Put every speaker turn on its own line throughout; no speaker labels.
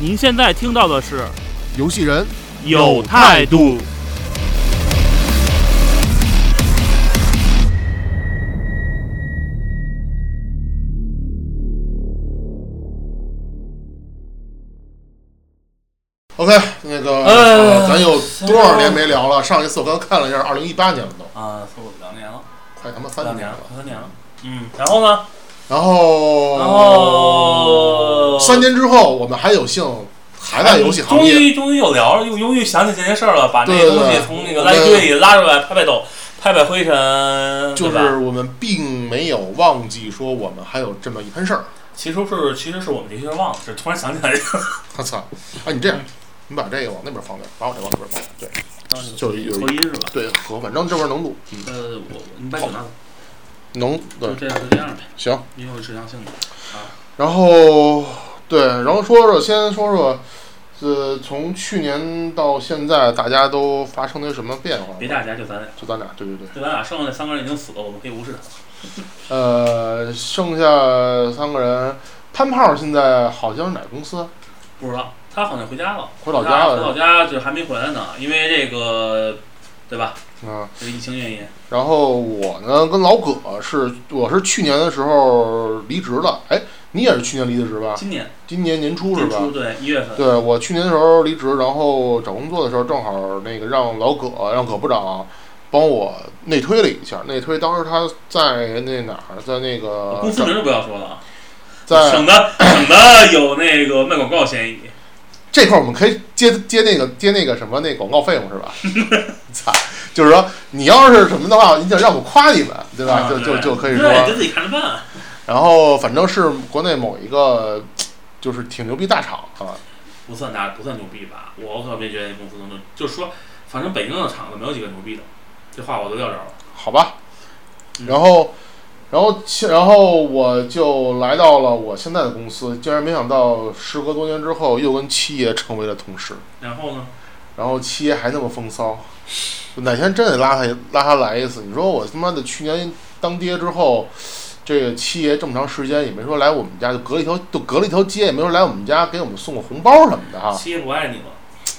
您现在听到的是
游戏人
有态度。
OK，那个、
呃
咱有多少年没聊了？上一次我刚看了一下，二零一八年了都，
啊，是我两年了，
快他妈三年了。
三年了。嗯，然后呢？
然后，呃
然后
三年之后，我们还有幸还在游戏行
哎终
业。
于终于又聊了，又终于想起这件事儿了，把那
对
个
对
东
对
西从那个垃圾堆里拉出来，拍拍抖，拍拍灰尘，
就
对吧
是我们并没有忘记说我们还有这么一摊事儿。
其实是其实是我们这些人忘了，是突然想起来。
我操！哎，你这样，你把这个往那边放点，把我这往这边放点。对， 就有
回音是吧？
对和，反正这边能录，嗯，
呃，我我你把酒拿走，
能
就
对，
这样就这样呗，
行。
因为我是指向性的。
然后对，然后说说先说说，呃，从去年到现在，大家都发生了什么变化？
别大家就咱俩，
就咱俩，对对对，
就咱俩剩下那三个人已经死了，我们可以无视他。
呃，剩下三个人，潘炮现在好像是哪个公司？
不知道他好像回家了，
回老家了
回老家就还没回来呢，因为这个对吧？
啊，
这个疫情原因，
然后我呢跟老葛是，我是去年的时候离职的，哎，你也是去年离的职吧？
今年
今年年初是
年
吧？
初对一月份，
对我去年的时候离职，然后找工作的时候，正好那个让老葛让葛部长帮我内推了一下。内推当时他在那哪儿，在那个
公司名儿不要说了啊，
在
省得省得有那个卖广告嫌疑。
这块儿我们可以接接那个接那个什么那广告费用是 吧？操，就是说你要是什么的话，你想让我夸你们，对吧？
啊
就就
对
就可以说，
对，就自己看着办。啊
然后反正是国内某一个就是挺牛逼大厂啊，
不算大，不算牛逼吧？我可没觉得那公司能牛，就是说，反正北京的厂子没有几个牛逼的，这话我都撂这儿了。
好吧，然后，然后其，然后我就来到了我现在的公司，竟然没想到，时隔多年之后，又跟七爷成为了同事，
然后呢？
然后七爷还那么风骚，哪天真得拉他拉他来一次。你说我他妈的去年当爹之后，这个七爷这么长时间也没说来我们家，就隔了一条就隔了一条街，也没说来我们家给我们送个红包什么的哈。
七爷不爱你了，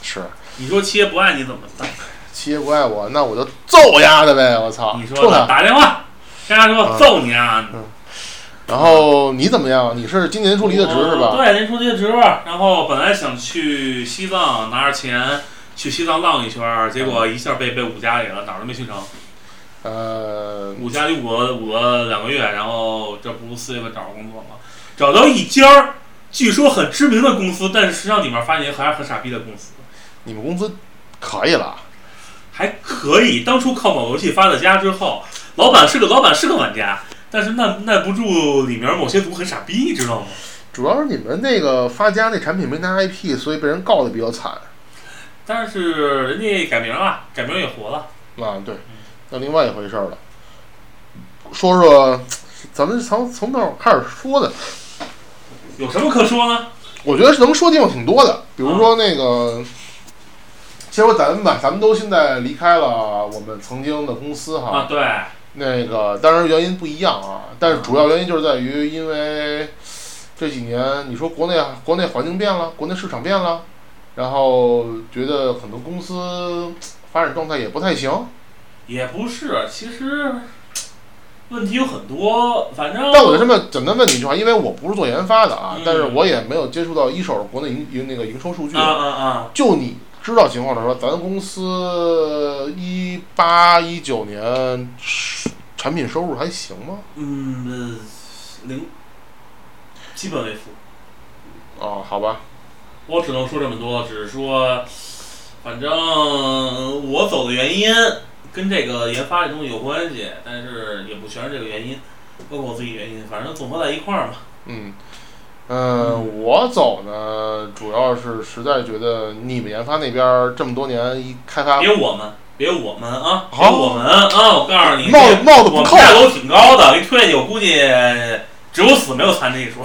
是
你说七爷不爱你怎么办？
七爷不爱我，那我就揍丫的呗，我操，
你
冲
说
他
呢？。打电话，跟他说
啊
揍你啊！
然后你怎么样？你是今年年初离的职是吧？
我对，人说离的职，然后本来想去西藏拿着钱去西藏浪一圈儿，结
啊
果一下被被五家给了，哪儿都没去成。
呃，
五家就捂了捂了两个月，然后这不是四月份找着工作吗？找到一家儿，据说很知名的公司，但是实际上里面发现还是很傻逼的公司，
你们工资可以了，
还可以。当初靠某游戏发的家之后，老板是个老板是个玩家，但是耐耐不住里面某些组很傻逼，你知道吗？
主要是你们那个发家那产品没拿 IP，所以被人告的比较惨
但是人家改名了，改名也活了。
啊。对，那另外一回事儿了。说说，咱们从从哪儿开始说的？
有什么可说呢？
我觉得是能说地方挺多的，比如说那个，先说咱们吧，咱们都现在离开了我们曾经的公司哈。
啊，对，
那个当然原因不一样啊，但是主要原因就是在于因为这几年你说国内啊国内环境变了，国内市场变了，然后觉得很多公司发展状态也不太行。
也不是，其实问题有很多，反正
但我就这么简单问你一句话，因为我不是做研发的啊，
嗯
但是我也没有接触到一手国内营营那个营收数据。
啊啊啊，
就你知道情况来说，咱公司一八一九年产品收入还行吗？
嗯，呃零，基本为负。
哦，好吧，
我只能说这么多，只是说，反正我走的原因跟这个研发这东西有关系，但是也不全是这个原因，包括我自己原因，反正总合在一块儿嘛。
嗯，嗯，我走呢，主要是实在觉得你们研发那边儿这么多年一开发
别我们，别我们啊，别
啊好
我们啊！我告诉你，
帽子帽子
我
不
们
扣，
家楼挺高的，一推下去，我估计只有死没有残这一说。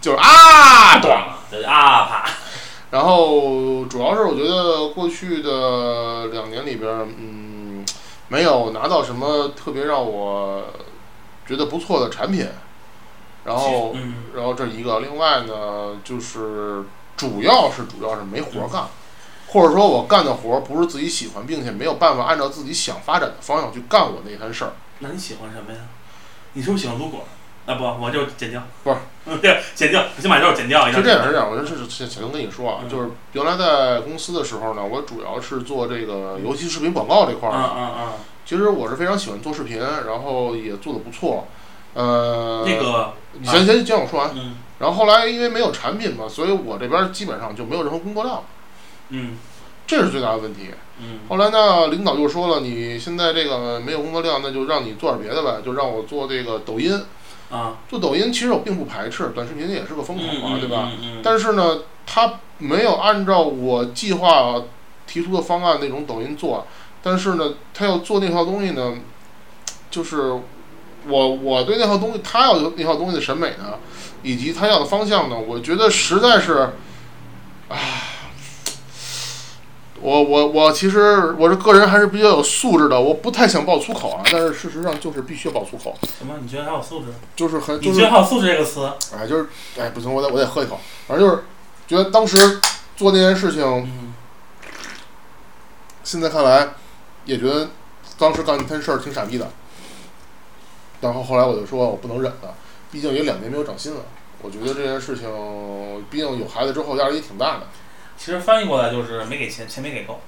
就是啊，对。
对啊，啪！
然后主要是我觉得过去的两年里边儿，嗯，没有拿到什么特别让我觉得不错的产品。然后，
嗯，
然后这一个，另外呢，就是主要是主要是没活儿
嗯
干，或者说我干的活儿不是自己喜欢，并且没有办法按照自己想发展的方向去干我那摊事儿。
那你喜欢什么呀？你是不是喜欢撸管？啊不，我就剪掉。
不是
嗯，对， 剪掉，你先把哎这剪掉一下。
是这样，是这样，我就是想想跟你说啊，
嗯
就是原来在公司的时候呢，我主要是做这个游戏视频广告这块
嗯
儿的。
嗯
其实我是非常喜欢做视频，然后也做的不错。
嗯，
呃，
那个，啊
你先先先让我说完。
嗯
然后后来因为没有产品嘛，所以我这边基本上就没有任何工作量，
嗯
这是最大的问题。
嗯
后来呢，领导就说了，你现在这个没有工作量，那就让你做点别的呗，就让我做这个抖音。
啊，
做抖音其实我并不排斥，短视频也是个风口
嗯
嘛，对吧？？
嗯嗯
但是呢，他没有按照我计划提出的方案那种抖音做，但是呢，他要做那套东西呢，就是我我对那套东西，他要有那套东西的审美呢，以及他要的方向呢，我觉得实在是，啊，我我我其实我这个人还是比较有素质的，我不太想爆粗口啊，但是事实上就是必须要爆粗口，
什么？你觉得还有素质？
就是很就
你
是
觉得还有素质这个词？
哎，就是哎，不行，我得我得喝一口。反正就是觉得当时做那件事情，
嗯
现在看来也觉得当时干那件事儿挺傻逼的。然后后来我就说，我不能忍了，毕竟也两年没有涨薪了。我觉得这件事情，毕竟有孩子之后压力也挺大的，
其实翻译过来就是没给钱，钱没给够，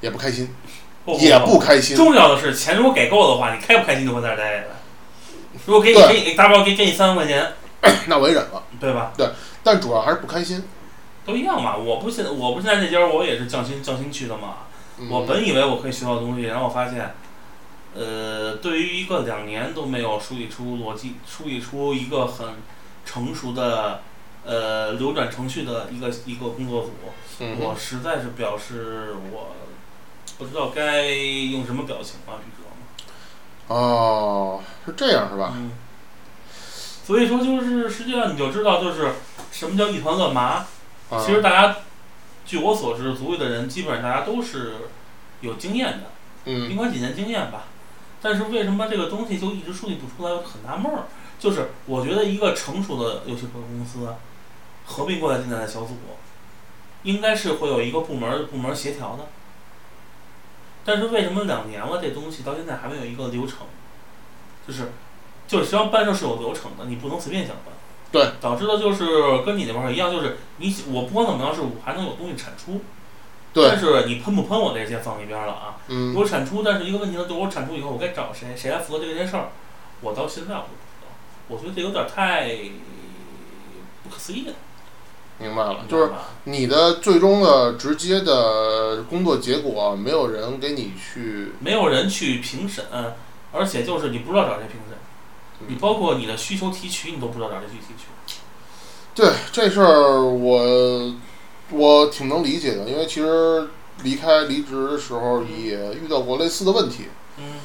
也不开心，
不
也不开心。
重要的是，钱如果给够的话，你开不开心就会在这儿待着。如果给你
对
给你打包给给你三万块钱，
那我也忍了，
对吧？
但主要还是不开心。
都一样嘛。我不现我不现在这家我也是降薪降薪去的嘛。
嗯、
我本以为我可以学到东西，然后我发现，呃，对于一个两年都没有梳理出逻辑、梳理出一个很成熟的呃流转程序的一个一个工作组，
嗯
我实在是表示我不知道该用什么表情了，你知道吗？
哦，是这样是吧？
嗯，所以说就是实际上你就知道就是什么叫一团乱麻。
啊
其实大家，据我所知，组里的人基本上大家都是有经验的，
嗯
应该几年经验吧。但是为什么这个东西就一直梳理不出来，我很纳闷儿。就是我觉得一个成熟的游戏合作公司合并过来进来的小组，应该是会有一个部门儿部门儿协调的。但是为什么两年了，这东西到现在还没有一个流程？就是，就是实际上办事是有流程的，你不能随便想办。
对，
导致的就是跟你那边儿一样，就是你我不管怎么样是我还能有东西产出，但
对，
是你喷不喷我这些放一边儿了啊。
嗯
我产出，但是一个问题呢，就是我产出以后我该找谁，谁来负责这件事儿，我到现在我都不知道，我觉得这有点太不可思议了，
明白了，
你知
就
道
是
吧
你的最终的直接的工作结果，没有人给你去，
没有人去评审，而且就是你不知道找谁评审，
嗯
你包括你的需求提取，你都不知道找谁去提取。
对这事儿我我挺能理解的，因为其实离开离职的时候也遇到过类似的问题。
嗯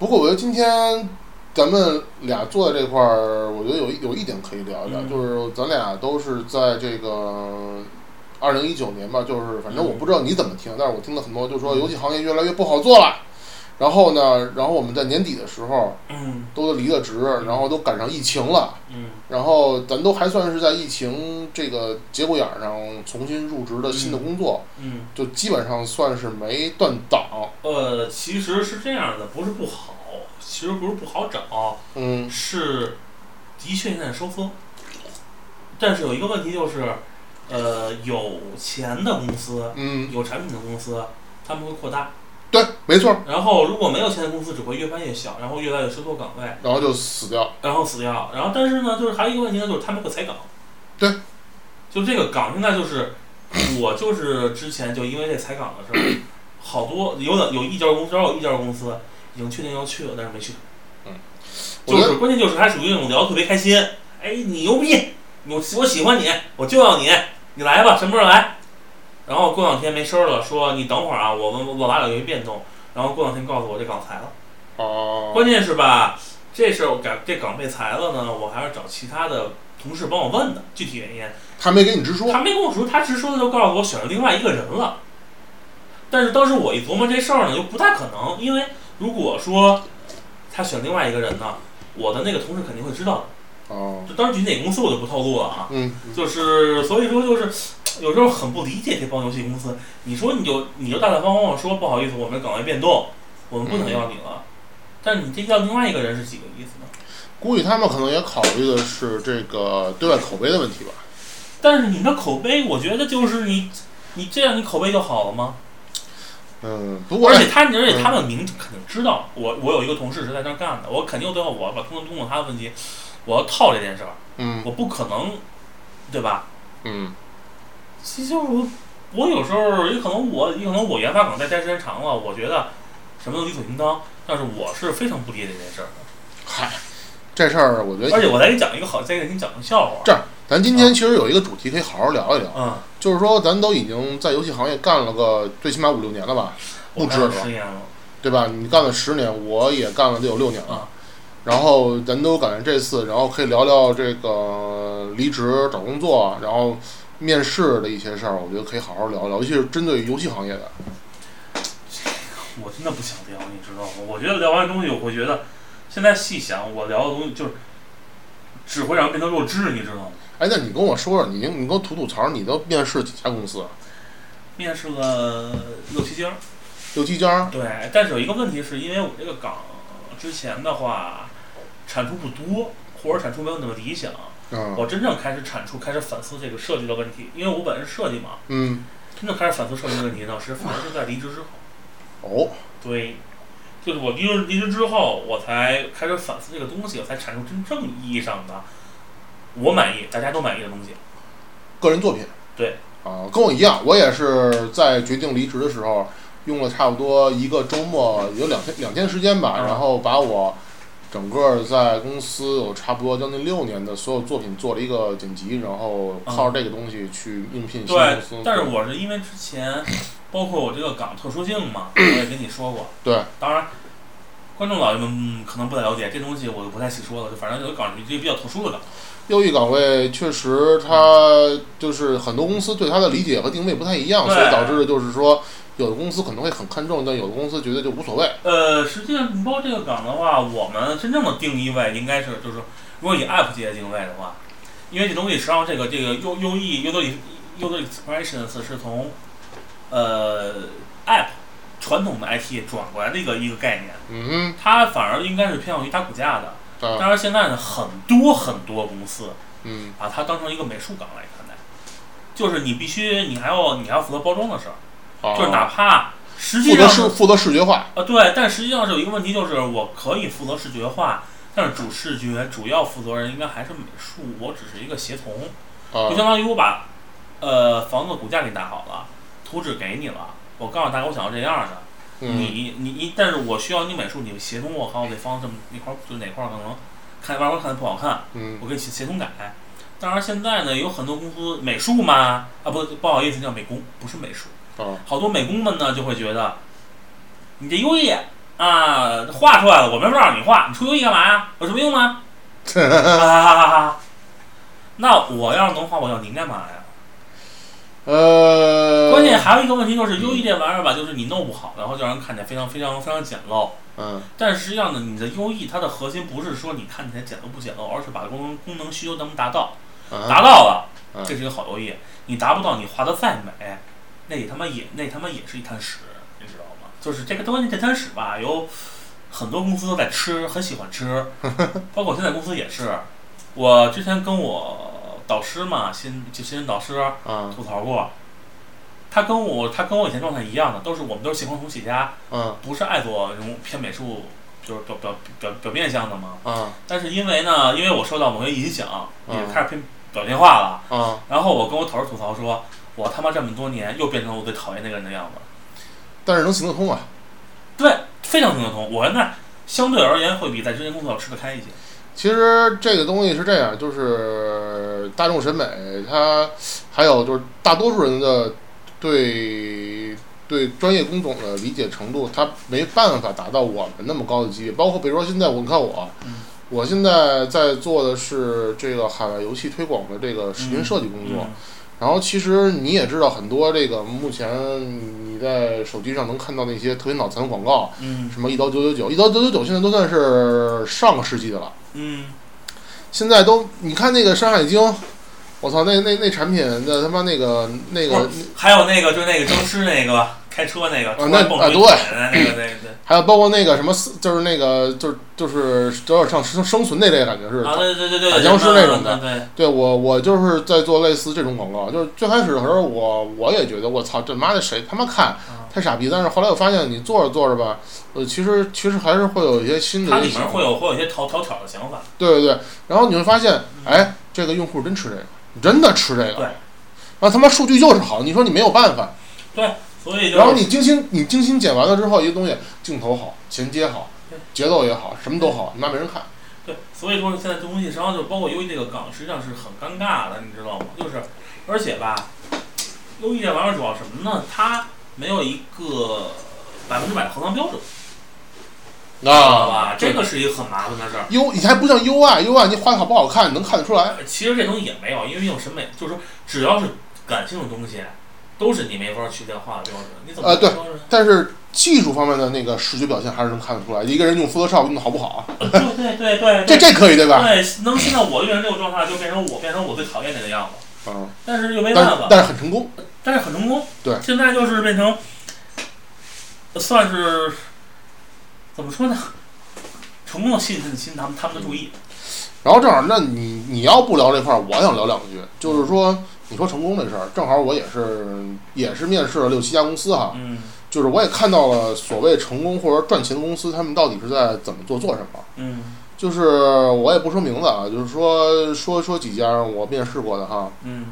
不过我觉得今天咱们俩坐在这块儿，我觉得有一有一点可以聊一聊，
嗯
就是咱俩都是在这个。二零一九年吧，就是反正我不知道你怎么听，但是我听了很多，就
嗯
说游戏行业越来越不好做了。然后呢，然后我们在年底的时候，
嗯
都离了职，然后都赶上疫情了，
嗯
然后咱都还算是在疫情这个节骨眼儿上重新入职的新的工作，
嗯，
就基本上算是没断档。
呃，其实是这样的，不是不好，其实不是不好找，
嗯
是的确现在收缩，但是有一个问题就是，呃，有钱的公司。
嗯，
有产品的公司，他们会扩大；
对，没错。
然后如果没有钱的公司，只会越办越小，然后越来越收缩岗位，
然后就死掉。
然后死掉。然后但是呢，就是还有一个问题呢，就是他们会裁岗。
对，
就这个岗现在就是， 我就是之前就因为这裁岗的事儿， 好多有两有一家公司，至少有一家公司已经确定要去了，但是没去成。
嗯我觉
就
得
是关键就是还属于那种聊得特别开心，哎，你牛逼，我我喜欢你，我就要你，你来吧，什么时候来？然后过两天没声儿了，说你等会儿啊，我们我哪里有一变动，然后过两天告诉我这岗裁了。
哦、
关键是吧，这事儿我感这岗被裁了呢，我还是找其他的同事帮我问的，具体原因。
他没给你直说，
他没跟我说，他直说的就告诉我选了另外一个人了。但是当时我一琢磨这事儿呢，又不太可能，因为如果说他选另外一个人呢，我的那个同事肯定会知道
哦
的。，就当时具体哪个公司我就不透露了啊。
嗯，
就是所以说就是有时候很不理解这帮游戏公司，你说你就你就大大方方的说不好意思，我们岗位变动，我们不能要你了。但你这要另外一个人是几个意思呢？
估计他们可能也考虑的是这个对外口碑的问题吧。
但是你的口碑，我觉得就是你你这样你口碑就好了吗？
嗯，不过
而且他，而且
嗯
他们明肯定知道，我我有一个同事是在那儿干的，我肯定都要我把通过通过他的问题，我要套这件事儿，
嗯
我不可能，对吧？
嗯
其实我我有时候也可能我也可能我研发岗在待时间长了，我觉得什么都理所应当，但是我是非常不理解这件事儿的。
嗨，这事儿我觉
而
得，
且我再给你讲一个好，再给你讲个笑话。
这咱今天其实有一个主题可以好好聊一聊，
嗯，
就是说咱都已经在游戏行业干了个最起码五六年了吧，
我
不止
干了
了
十年了，
对吧？你干了十年，我也干了得有六年了
啊。
然后咱都赶上这次，然后可以聊聊这个离职、找工作，啊然后面试的一些事儿，我觉得可以好好聊聊，尤其是针对于游戏行业的。
我真的不想聊，你知道吗？我觉得聊完东西，我会觉得现在细想，我聊的东西就是只会让人变得弱智，你知道吗？
哎，那你跟我说说，你你给我吐吐槽，你都面试几家公司啊？
面试了六七家。
六七家？
对，但是有一个问题是因为我这个岗之前的话产出不多，或者产出没有那么理想。
嗯
我真正开始产出，开始反思这个设计的问题，因为我本身设计嘛，
嗯，
真正开始反思设计的问题呢，是反而是在离职之后。
哦，
对，就是我离职离职之后，我才开始反思这个东西，我才产出真正意义上的我满意、大家都满意的东西。
个人作品。
对。
啊，跟我一样，我也是在决定离职的时候，用了差不多一个周末，有两天两天时间吧，
嗯
然后把我整个在公司有差不多将近六年的所有作品做了一个剪辑，然后靠着这个东西去应聘
嗯对
新公司。，
但是我是因为之前，包括我这个岗特殊性嘛，我也跟你说过。
对，
当然，观众老爷们、嗯可能不太了解这东西，我就不太细说了。就反正有岗是一个比较特殊的岗，
优异岗位确实，它就是很多公司对它的理解和定位不太一样，
对
所以导致就是说，有的公司可能会很看重，但有的公司觉得就无所谓。
呃，实际上包括这个岗的话，我们真正的定义位应该是，就是如果以 App 界定位的话，因为这东西实际上这个这个 U U E U 的 U 的 Expressions 是从呃 App 传统的 IT 转过来的一个一个概念，
嗯
它反而应该是偏向于打骨架的。
哼，啊，
当然，现在呢，很多很多公司
嗯
把它当成一个美术岗来看待，就是你必须，你还要你还要负责包装的事儿，
啊，
就是哪怕实
负
际
责
上
视负责视觉化。
啊对，但实际上是有一个问题，就是我可以负责视觉化，但是主视觉主要负责人应该还是美术，我只是一个协同，
啊
就，相当于我把呃房子骨架给你打好了，图纸给你了，我告诉大家我想要这样的，
嗯，
你你你，但是我需要你美术，你协同我，还有那方这么那块儿就哪块儿可能看慢慢看不好看。
嗯
我可以协协同改。当然，现在呢有很多公司美术嘛，啊不不好意思，叫美工，不是美术。
啊，
好多美工们呢就会觉得，你这优异啊画出来了，我没法让你画，你出优异干嘛呀？有什么用吗？ 啊，那我要是能画，我要您干嘛呀？
呃，
关键还有一个问题就是优异这玩意儿吧，就是你弄不好，然后就让人看起来非常非常非常简陋。
嗯
但实际上呢，你的优异它的核心不是说你看起来简陋不简陋，而是把功能功能需求能不能达到。达
啊，
到了
嗯，
这是一个好游戏。你达不到，你画的再美，那也他妈也那他妈也是一滩屎，你知道吗？就是这个东西，这滩屎吧，有很多公司都在吃，很喜欢 吃，包括我现在公司也是。我之前跟我导师嘛，新就新人导师
嗯
吐槽过，他跟我他跟我以前状态一样的，都是我们都是喜欢同起家，
嗯
不是爱做那种偏美术，就是表表表表面向的嘛。
啊
但是因为呢，因为我受到某些影响，也
嗯
开始偏表现化了。
啊！
然后我跟我导师吐槽说，我他妈这么多年又变成了我最讨厌那个人的样子。
但是能行得通啊。
对，非常行得通。我现在相对而言会比在之前工作要吃得开一些。
其实这个东西是这样，就是大众审美，它还有就是大多数人的对对专业工种的理解程度，它没办法达到我们那么高的级别。包括比如说现在，我你看我
嗯，
我现在在做的是这个海外游戏推广的这个视频设计工作。
嗯
然后其实你也知道，很多这个目前你在手机上能看到那些特别脑残的广告，
嗯
什么一刀九九九，一刀九九九现在都算是上个世纪的了。
嗯，
现在都你看那个《山海经》，我操，那那那产品的他妈那个那个，
还有那个就是那个僵尸那个开车那个，
啊那
突然蹦
啊
出一
对
脸来那个那个
还有包括那个什么，就是那个就是就是有点像生生存那类感觉似
对啊
的。
对对对对，
打僵尸那种的
对，对
对我我就是在做类似这种广告，就是最开始的时候我我也觉得我操这妈的谁他妈看太傻逼，但是后来我发现你做着做着吧，呃其实其实还是会有一些新
对
的
它
一
里
些
面
想法
会有会有一些讨讨巧的想法，
对对对，然后你会发现，哎，这个用户真吃这个，真的吃这个。
对。
然后他妈数据就是好，你说你没有办法。
所以
然后
就
你
是
精心你精心剪完了之后，一个东西镜头好，衔接好
对，
节奏也好，什么都好，你妈没人看。
对， 所以说现在这东西实际上就包括优衣这个岗，实际上是很尴尬的，你知道吗？就是而且吧，优衣这玩意儿主要什么呢？它没有一个百分之百的衡量标准，知
啊
道吧？这个是一个很麻烦的事儿。
优，你还不像 UI，UI 你画的好不好看，你能看得出来。
其实这东西也没有，因为有审美，就是说只要是感性的东西，都是你没法去量化的标准。你怎么
呃对
说呢
但是技术方面的那个视觉表现还是能看得出来，一个人用 Photoshop 用的好不好，
呃对对对对，对
这这可以对吧？
对，能现在我变成这种状态，就变成我变成我最讨厌你的样子，
嗯，
但是又没
但
办
是
法，
但是很成功。
但是很成功。
对
现在就是变成，呃算是怎么说呢？成功的吸引吸引他们他们的注意。
然后正好，那你你要不聊这块儿，我想聊两句，就是说，你说成功这事儿，正好我也是也是面试了六七家公司哈，
嗯
就是我也看到了所谓成功或者赚钱的公司，他们到底是在怎么做做什么。
嗯
就是我也不说名字啊，就是说说说几家我面试过的哈，
嗯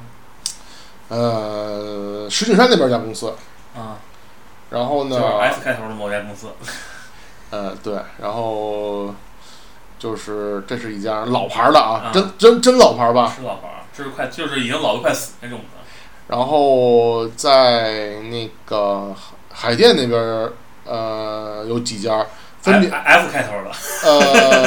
呃，石景山那边儿一家公司，
啊，
然后
就
呢
是，S 开头的某家公司。
啊呃，对，然后就是这是一家老牌儿的
啊
啊，真真真老牌儿吧，
是老牌儿，就是快，就是已经老的快死那种的。
然后在那个海淀那边儿，呃，有几家，分别
F F 开头的，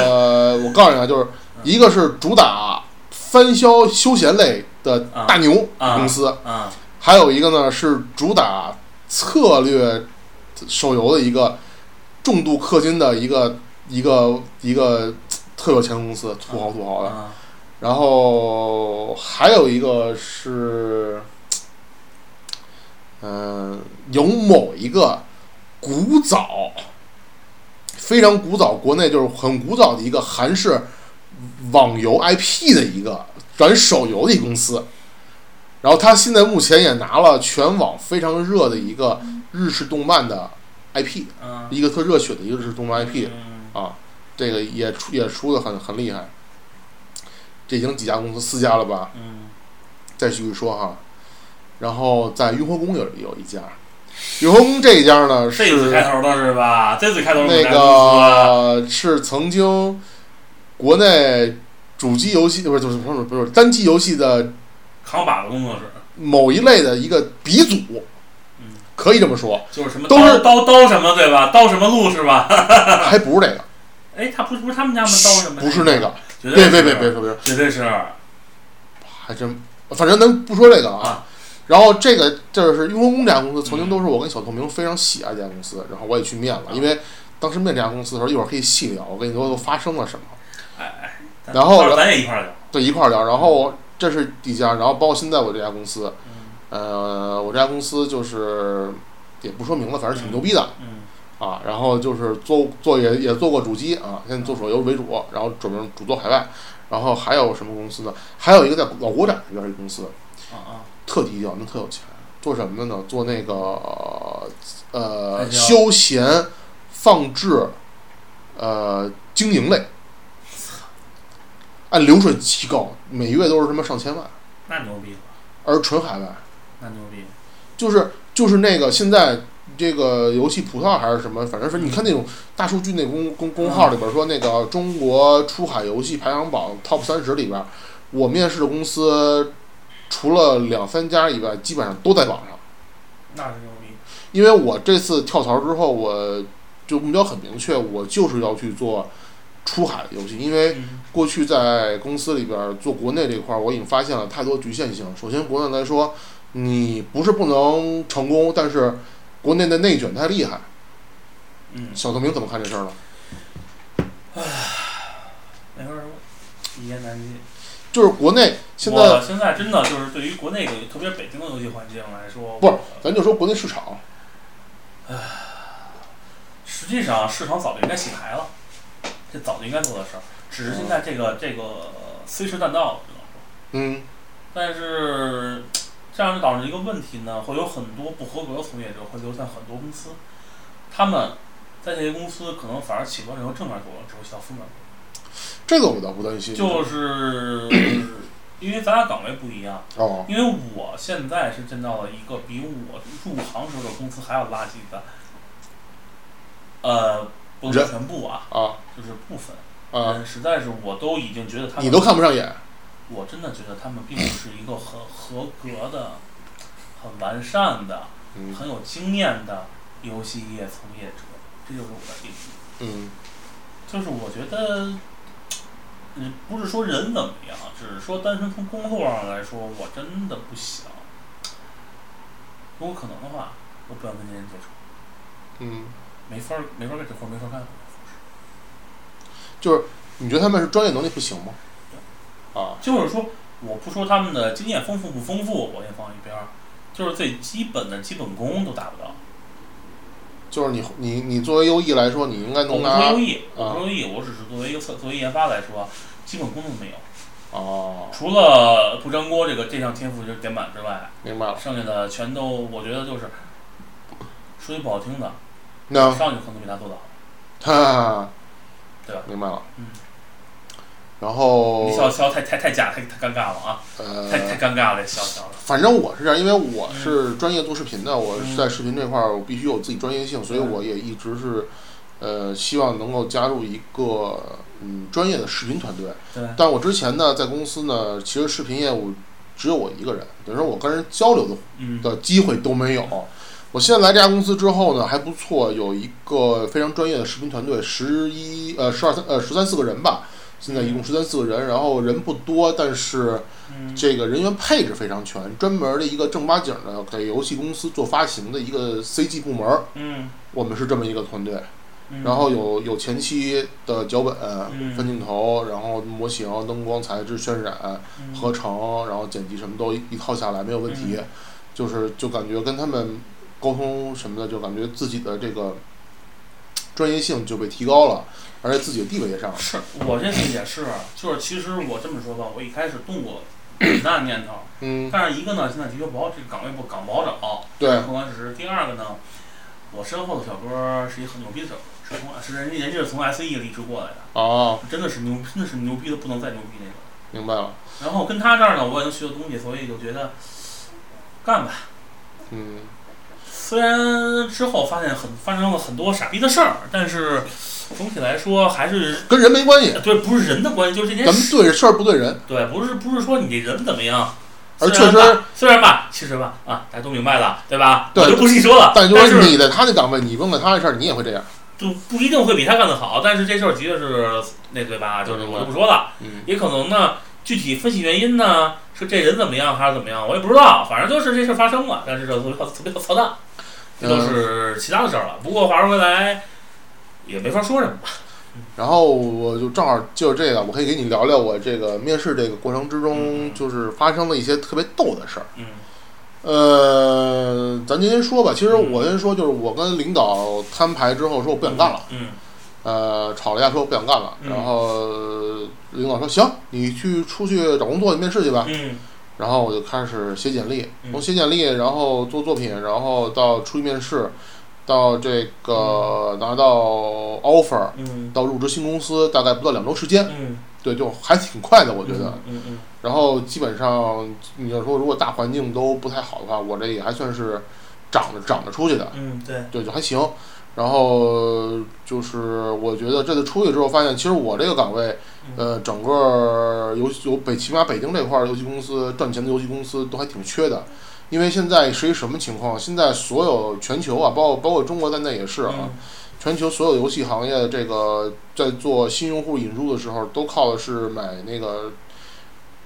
呃，我告诉你啊，
嗯
就是一个是主打翻销休闲类的大牛
啊
公司，
嗯
还有一个呢是主打策略手游的一个重度氪金的一个一个一个特有钱公司，土豪啊土豪的。
嗯
然后还有一个是，嗯、有某一个古早、非常古早，国内就是很古早的一个韩式网游 IP 的一个转手游的一个公司。然后他现在目前也拿了全网非常热的一个日式动漫的 IP，
嗯
一个特热血的一个日式动漫 IP。
嗯
啊，这个也出也出的很很厉害。这已经几家公司四家了吧？
嗯，
再继续说哈，然后在雍和宫有有一家，雍和宫这一家呢
这字
是
开头的是吧？这字开头的
那
是哪公司啊
个是曾经国内主机游戏不是不是不是不是单机游戏的
扛把子工作室，
某一类的一个鼻祖
嗯，
可以这么说，
就是什么
都
刀
是
刀刀什么对吧？刀什么路是吧？
还不是这个，
哎，他不是不是他们家吗？刀什么？
不是那，个，
绝对
别
是
别别别，别别，
绝对是
还真，反正咱不说这个
啊
啊。然后这个这是雍和宫这家公司，曾经都是我跟小透明非常喜爱这家公司，然后我也去面了，因为当时面这家公司的时候，一会儿可以细聊，我跟你说都发生了什么，
哎哎。咱
然后
到时候咱也一块儿聊。
对，一块儿聊。然后这是一家，然后包括现在我这家公司，呃，我这家公司就是也不说名字，反正挺牛逼的
嗯
啊。然后就是做做也也做过主机啊，现在做手游为主，然后准备主做海外。然后还有什么公司呢？还有一个在老国展这边儿一公司，
嗯啊
特低调，那特有钱。做什么的呢？做那个
太
呃
低调
休闲放置呃经营类，按流水极高，每月都是什么上千万，
啊，那牛逼了，
而纯海外
那牛逼了。
就是就是那个现在这个游戏葡萄还是什么，反正是你看那种大数据那公公公号里边说那个中国出海游戏排行榜 top 三十里边，我面试的公司除了两三家以外，基本上都在榜上。
那是牛逼。
因为我这次跳槽之后，我就目标很明确，我就是要去做出海游戏，因为
嗯
过去在公司里边儿做国内这块儿，我已经发现了太多局限性。首先，国内来说，你不是不能成功，但是国内的内卷太厉害。
嗯，
小透明怎么看这事儿呢？
没法说，一言难尽。
就是国内现在，
我现在真的就是对于国内的，特别是北京的游戏环境来说，
不是
我
咱就说国内市场，
实际上市场早就应该洗牌了，这早就应该做的事儿，只是现在这个呃这个虽时弹道，只能说
嗯，
但是这样就导致一个问题呢，会有很多不合格的从业者会留在很多公司，他们在这些公司可能反而起不到任何正面作用，只会起到负面作用。
这个我倒不担心。
就是 因为咱俩岗位不一样，
哦，
因为我现在是见到了一个比我入行时候的公司还要垃圾的，呃，不能说
人
全部啊，
啊
就是部分，
啊，
嗯，实在是我都已经觉得他们
你都看不上眼，
我真的觉得他们并不是一个很合格的、很完善的、
嗯
很有经验的游戏业从业者，这就是我的定义。
嗯
就是我觉得，嗯，不是说人怎么样，只是说单纯从工作上来说，我真的不想。如果可能的话，我不想跟这些人接触，
嗯，
没法儿没法儿干这活儿，没法儿干。
就是你觉得他们是专业能力不行吗？啊，
就是说，我不说他们的经验丰富不丰富，我先放一边儿，就是最基本的基本功都达不到。
就是你你你作为优异来说，你应该
我
能
不说
拿
优异，我
啊
不说优异，我只是作为一个策作为研发来说，基本功都没有，
哦，
除了不粘锅这个这项天赋就是点满之外，
明白了。
剩下的全都我觉得就是，说句不好听的，
啊那
上去可能比他做的好。
哈，
对吧
明白了。
嗯。
然后
你笑笑太太太假太太尴尬了啊， 太太
呃，
尴尬了，笑笑了。
反正我是这样，因为我
嗯
是专业做视频的，我是在视频这块儿我必须有自己专业性，所以
嗯
我也一直是呃希望能够加入一个嗯专业的视频团队。
对，
但我之前呢，在公司呢，其实视频业务只有我一个人，等于说我跟人交流的
嗯，
的机会都没有。我现在来这家公司之后呢，还不错，有一个非常专业的视频团队，十一呃十二三呃十三四个人吧，现在一共十三四个人，然后人不多，但是
嗯，
这个人员配置非常全，专门的一个正八经的给游戏公司做发行的一个 CG 部门儿，
嗯，
我们是这么一个团队，
嗯
然后，有有前期的脚本
嗯、
分镜头，然后模型、灯光、材质、渲染，
嗯
合成，然后剪辑什么都一一套下来没有问题，
嗯
就是就感觉跟他们沟通什么的，就感觉自己的这个专业性就被提高了，而且自己的地位也上了。
是我这次也是，就是其实我这么说吧，我一开始动 过很大念头，
嗯，
但是一个呢，现在的确不好，这个岗位不岗不好找。
对，
客观事实。第二个呢，我身后的小哥是一个很牛逼的手，是从是人家人家是从 SE 离职过来的，
哦，
真的是牛，真的是牛逼的不能再牛逼那种。
明白了。
然后跟他这儿呢，我也能学到东西，所以就觉得干吧。
嗯，
虽然之后发现很发生了很多傻逼的事儿，但是总体来说还是呃
跟人没关系，
对，不是人的关系，就是这
咱
件
们
事。
对事儿不对人。
对，不是不是说你这人怎么样。
而
虽然
确实
吧，虽然吧，其实吧，啊，大家都明白了，对吧？
对
我就不细说了。
啊但就
但
是你在他的岗位，你问了他的事儿，你也会这样。
就不一定会比他干得好，但是这事儿的确是那对吧？就是我就不说了，
嗯，
也可能呢，具体分析原因呢，是这人怎么样还是怎么样，我也不知道，反正就是这事儿发生了，但是这 特别特别操蛋，这
嗯
都是其他的事儿了。不过话说回来，也没法说什么吧。
然后我就正好就这个，我可以给你聊聊我这个面试这个过程之
嗯
中，
嗯
就是发生了一些特别逗的事儿。
嗯
呃，咱今天说吧，其实
嗯
我先说，就是我跟领导摊牌之后说我不想干了，。
嗯
呃，吵了一架说我不想干了，
嗯
然后呃领导说行，你去出去找工作，你面试去吧。
嗯
然后我就开始写简历，
嗯
从写简历，然后做作品，然后到出去面试，到这个拿到 offer，
嗯
到入职新公司，大概不到两周时间，
嗯，
对，就还挺快的，我觉得。
嗯嗯
然后基本上你要说如果大环境都不太好的话，我这也还算是长着长着出去的，
嗯，对，
对，就还行。然后就是我觉得这次出去之后发现，其实我这个岗位，呃，整个游戏游北起码北京这块儿游戏公司赚钱的游戏公司都还挺缺的，因为现在是一什么情况？现在所有全球啊，包括包括中国在内也是啊，
嗯
全球所有游戏行业这个在做新用户引入的时候，都靠的是买那个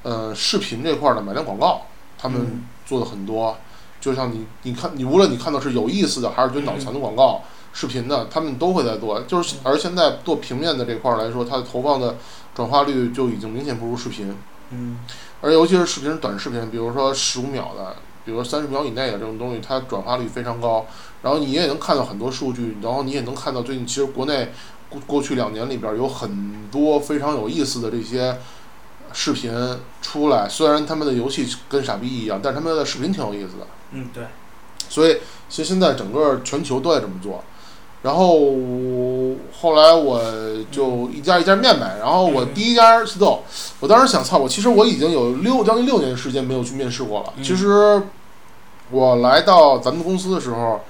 呃视频这块儿的买量广告，他们
嗯
做的很多。就像你你看，你无论你看到是有意思的，还是觉得脑残的广告、视频的，他们都会在做。就是
嗯
而现在做平面的这块儿来说，它的投放的转化率就已经明显不如视频，
嗯
而尤其是视频是短视频，比如说十五秒的。比如说三十秒以内的这种东西，它转化率非常高，然后你也能看到很多数据，然后你也能看到最近其实国内过过去两年里边有很多非常有意思的这些视频出来，虽然他们的游戏跟傻逼一样，但是他们的视频挺有意思的，
嗯，对，
所以其实现在整个全球都在这么做。然后后来我就一家一家面买，然后我
嗯
第一家是豆，我当时想操，我其实我已经有六将近六年时间没有去面试过了。
嗯
其实我来到咱们公司的时候，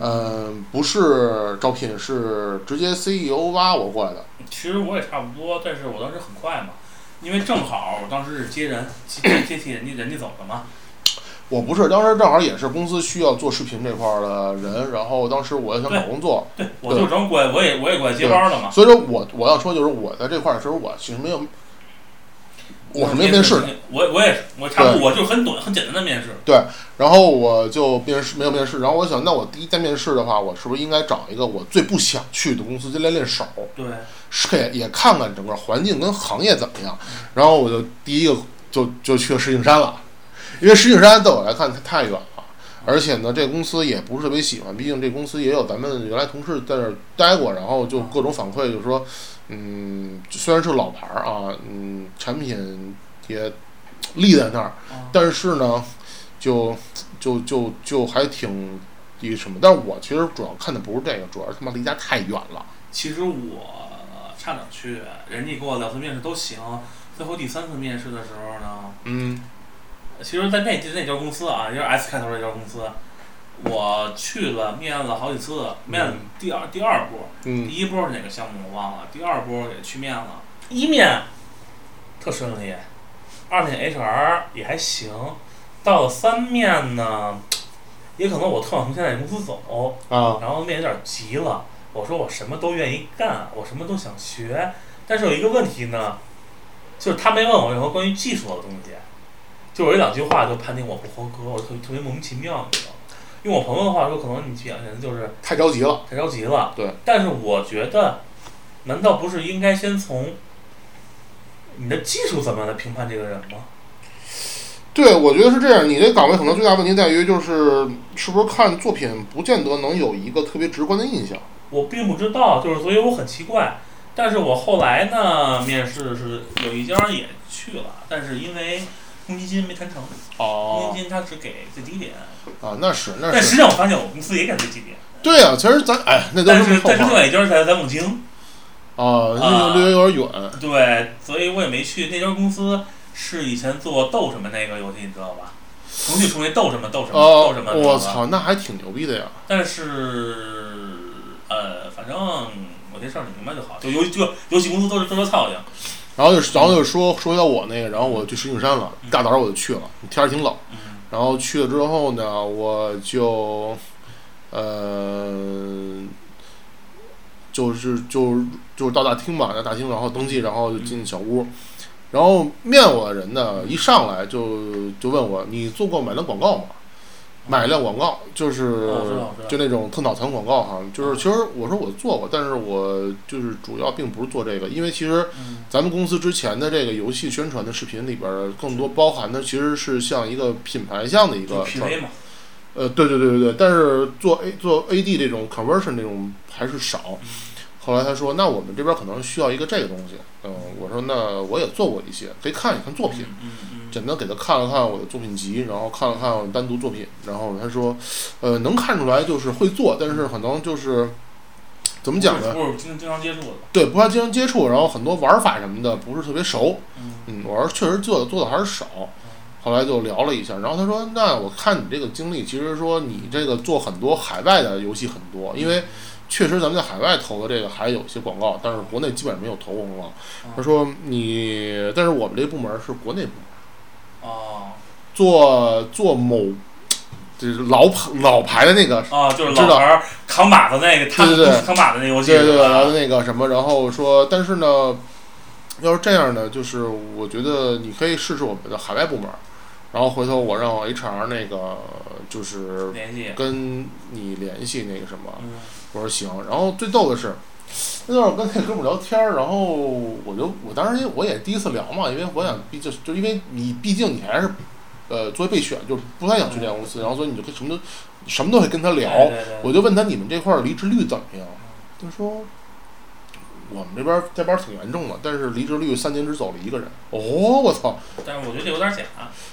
呃，
嗯
不是招聘，是直接 CEO 挖我过来的。
其实我也差不多，但是我当时很快嘛，因为正好我当时是接人接接替人家人家走的嘛，
我不是，当时正好也是公司需要做视频这块儿的人，然后当时我也想找工作，
对， 我就正过来，我也我也过来接班了嘛，
所以说我我要说就是我在这块儿的时候，我其实没有，我是没有面试的。，
我我也是，我差不多，我就很短很简单的面试，
然后我就面试没有面试，然后我想，那我第一在面试的话，我是不是应该找一个我最不想去的公司，先练练手，
对，
是也也看看整个环境跟行业怎么样。然后我就第一个就就去了石景山了，因为石景山对我来看它太远了，而且呢，这公司也不是特别喜欢，毕竟这公司也有咱们原来同事在那儿待过，然后就各种反馈，就是说，嗯，虽然是老牌儿啊，嗯，产品也立在那儿。
啊
但是呢，就就就就还挺那什么。但是我其实主要看的不是这个，主要是他妈离家太远了。
其实我差点去，人家给我两次面试都行，最后第三次面试的时候呢，
嗯
其实，在那那家公司啊，就是 S 开头那家公司，我去了面了好几次，面了第二第二波，
嗯
第一波是哪个项目我忘了，第二波也去面了，一面特顺利，二面 HR 也还行，到了三面呢，也可能我特想从现在这公司走，
啊
然后面有点急了，我说我什么都愿意干，我什么都想学，但是有一个问题呢，就是他没问我任何关于技术的东西，就有一两句话就判定我不合格，我特特别莫名其妙，你知道吗？用我朋友的话说，可能你这两个人就是
太着急了。
太着急了。
对，
但是我觉得，难道不是应该先从你的技术怎么样来评判这个人吗？
对，我觉得是这样。你这岗位可能最大问题在于，就是是不是看作品，不见得能有一个特别直观的印象。
我并不知道，就是所以我很奇怪。但是我后来呢，面试是有一家也去了，但是因为公积金没谈成，公
哦
积金它只给最低点，
啊，那是那
但实
是。
际上我发现我公司也给最低点，
对啊，其实咱哎，那都
但
是
是
后
但是另
话
外一家在在北京，
啊，那
啊
就略有点远。
对，所以我也没去那家公司。是以前做斗什么那个游戏，你知道吧？重庆重那斗什么斗什么斗
哦
什么，，你知道
我
吧
操，那还挺牛逼的呀！
但是呃，反正有些事儿你明白就好。就游就游戏公司都是都是操性，
然后就然后就说说到我那个，然后我去石景山了，
嗯
大早上我就去了，天儿挺冷。
嗯
然后去了之后呢，我就，呃，就是就是就是到大厅嘛，在大厅然后登记，然后就进小屋，然后面我的人呢，一上来就就问我，你做过买量广告吗？买量广告啊就是
哦我知道我知道
就那种特脑残广告哈，就是其实我说我做过，但是我就是主要并不是做这个，因为其实
嗯
咱们公司之前的这个游戏宣传的视频里边儿，更多包含的其实是像一个品牌项的一
就
个事儿
PV 嘛，
呃，对对对对对，但是做 A 做 AD 这种 conversion 这种还是少。
嗯
后来他说，那我们这边可能需要一个这个东西。嗯，我说那我也做过一些，可以看一看作品。
嗯嗯嗯，
简单给他看了看我的作品集，然后看了看我单独作品，然后他说，呃，能看出来就是会做，但是可能就是怎么讲呢？
不是经经常接触的，
对，不太经常接触，然后很多玩法什么的不是特别熟。
嗯
嗯，我是确实做的做的还是少。后来就聊了一下，然后他说：“那我看你这个经历，其实说你这个做很多海外的游戏很
嗯
多，因为确实咱们在海外投的这个还有一些广告，但是国内基本上没有投过广告。”他说：“你，但是我们这部门是国内部门，
哦
做做某，就是老牌老牌的那个
哦，就是
知
老
道
牌儿扛把子那个，他
对对对
扛把子那游戏
对对
是
对，然后
吧？
那个什么，然后说，但是呢，要是这样呢，就是我觉得你可以试试我们的海外部门儿，然后回头我让 HR 那个就是
联系，
跟你联系那个什么，
嗯，
我说行。然后最逗的是，那段儿我跟那哥们儿聊天儿，然后我就我当时也我也第一次聊嘛，因为我想毕竟就因为你毕竟你还是呃作为备选，就是不太想去这家公司，然后所以你就跟什么都什么都会跟他聊。
对对对
我就问他你们这块儿离职率怎么样？他说我们这边儿这边儿挺严重的，但是离职率三年只走了一个人。哦，我操！
但是我觉得这有点假，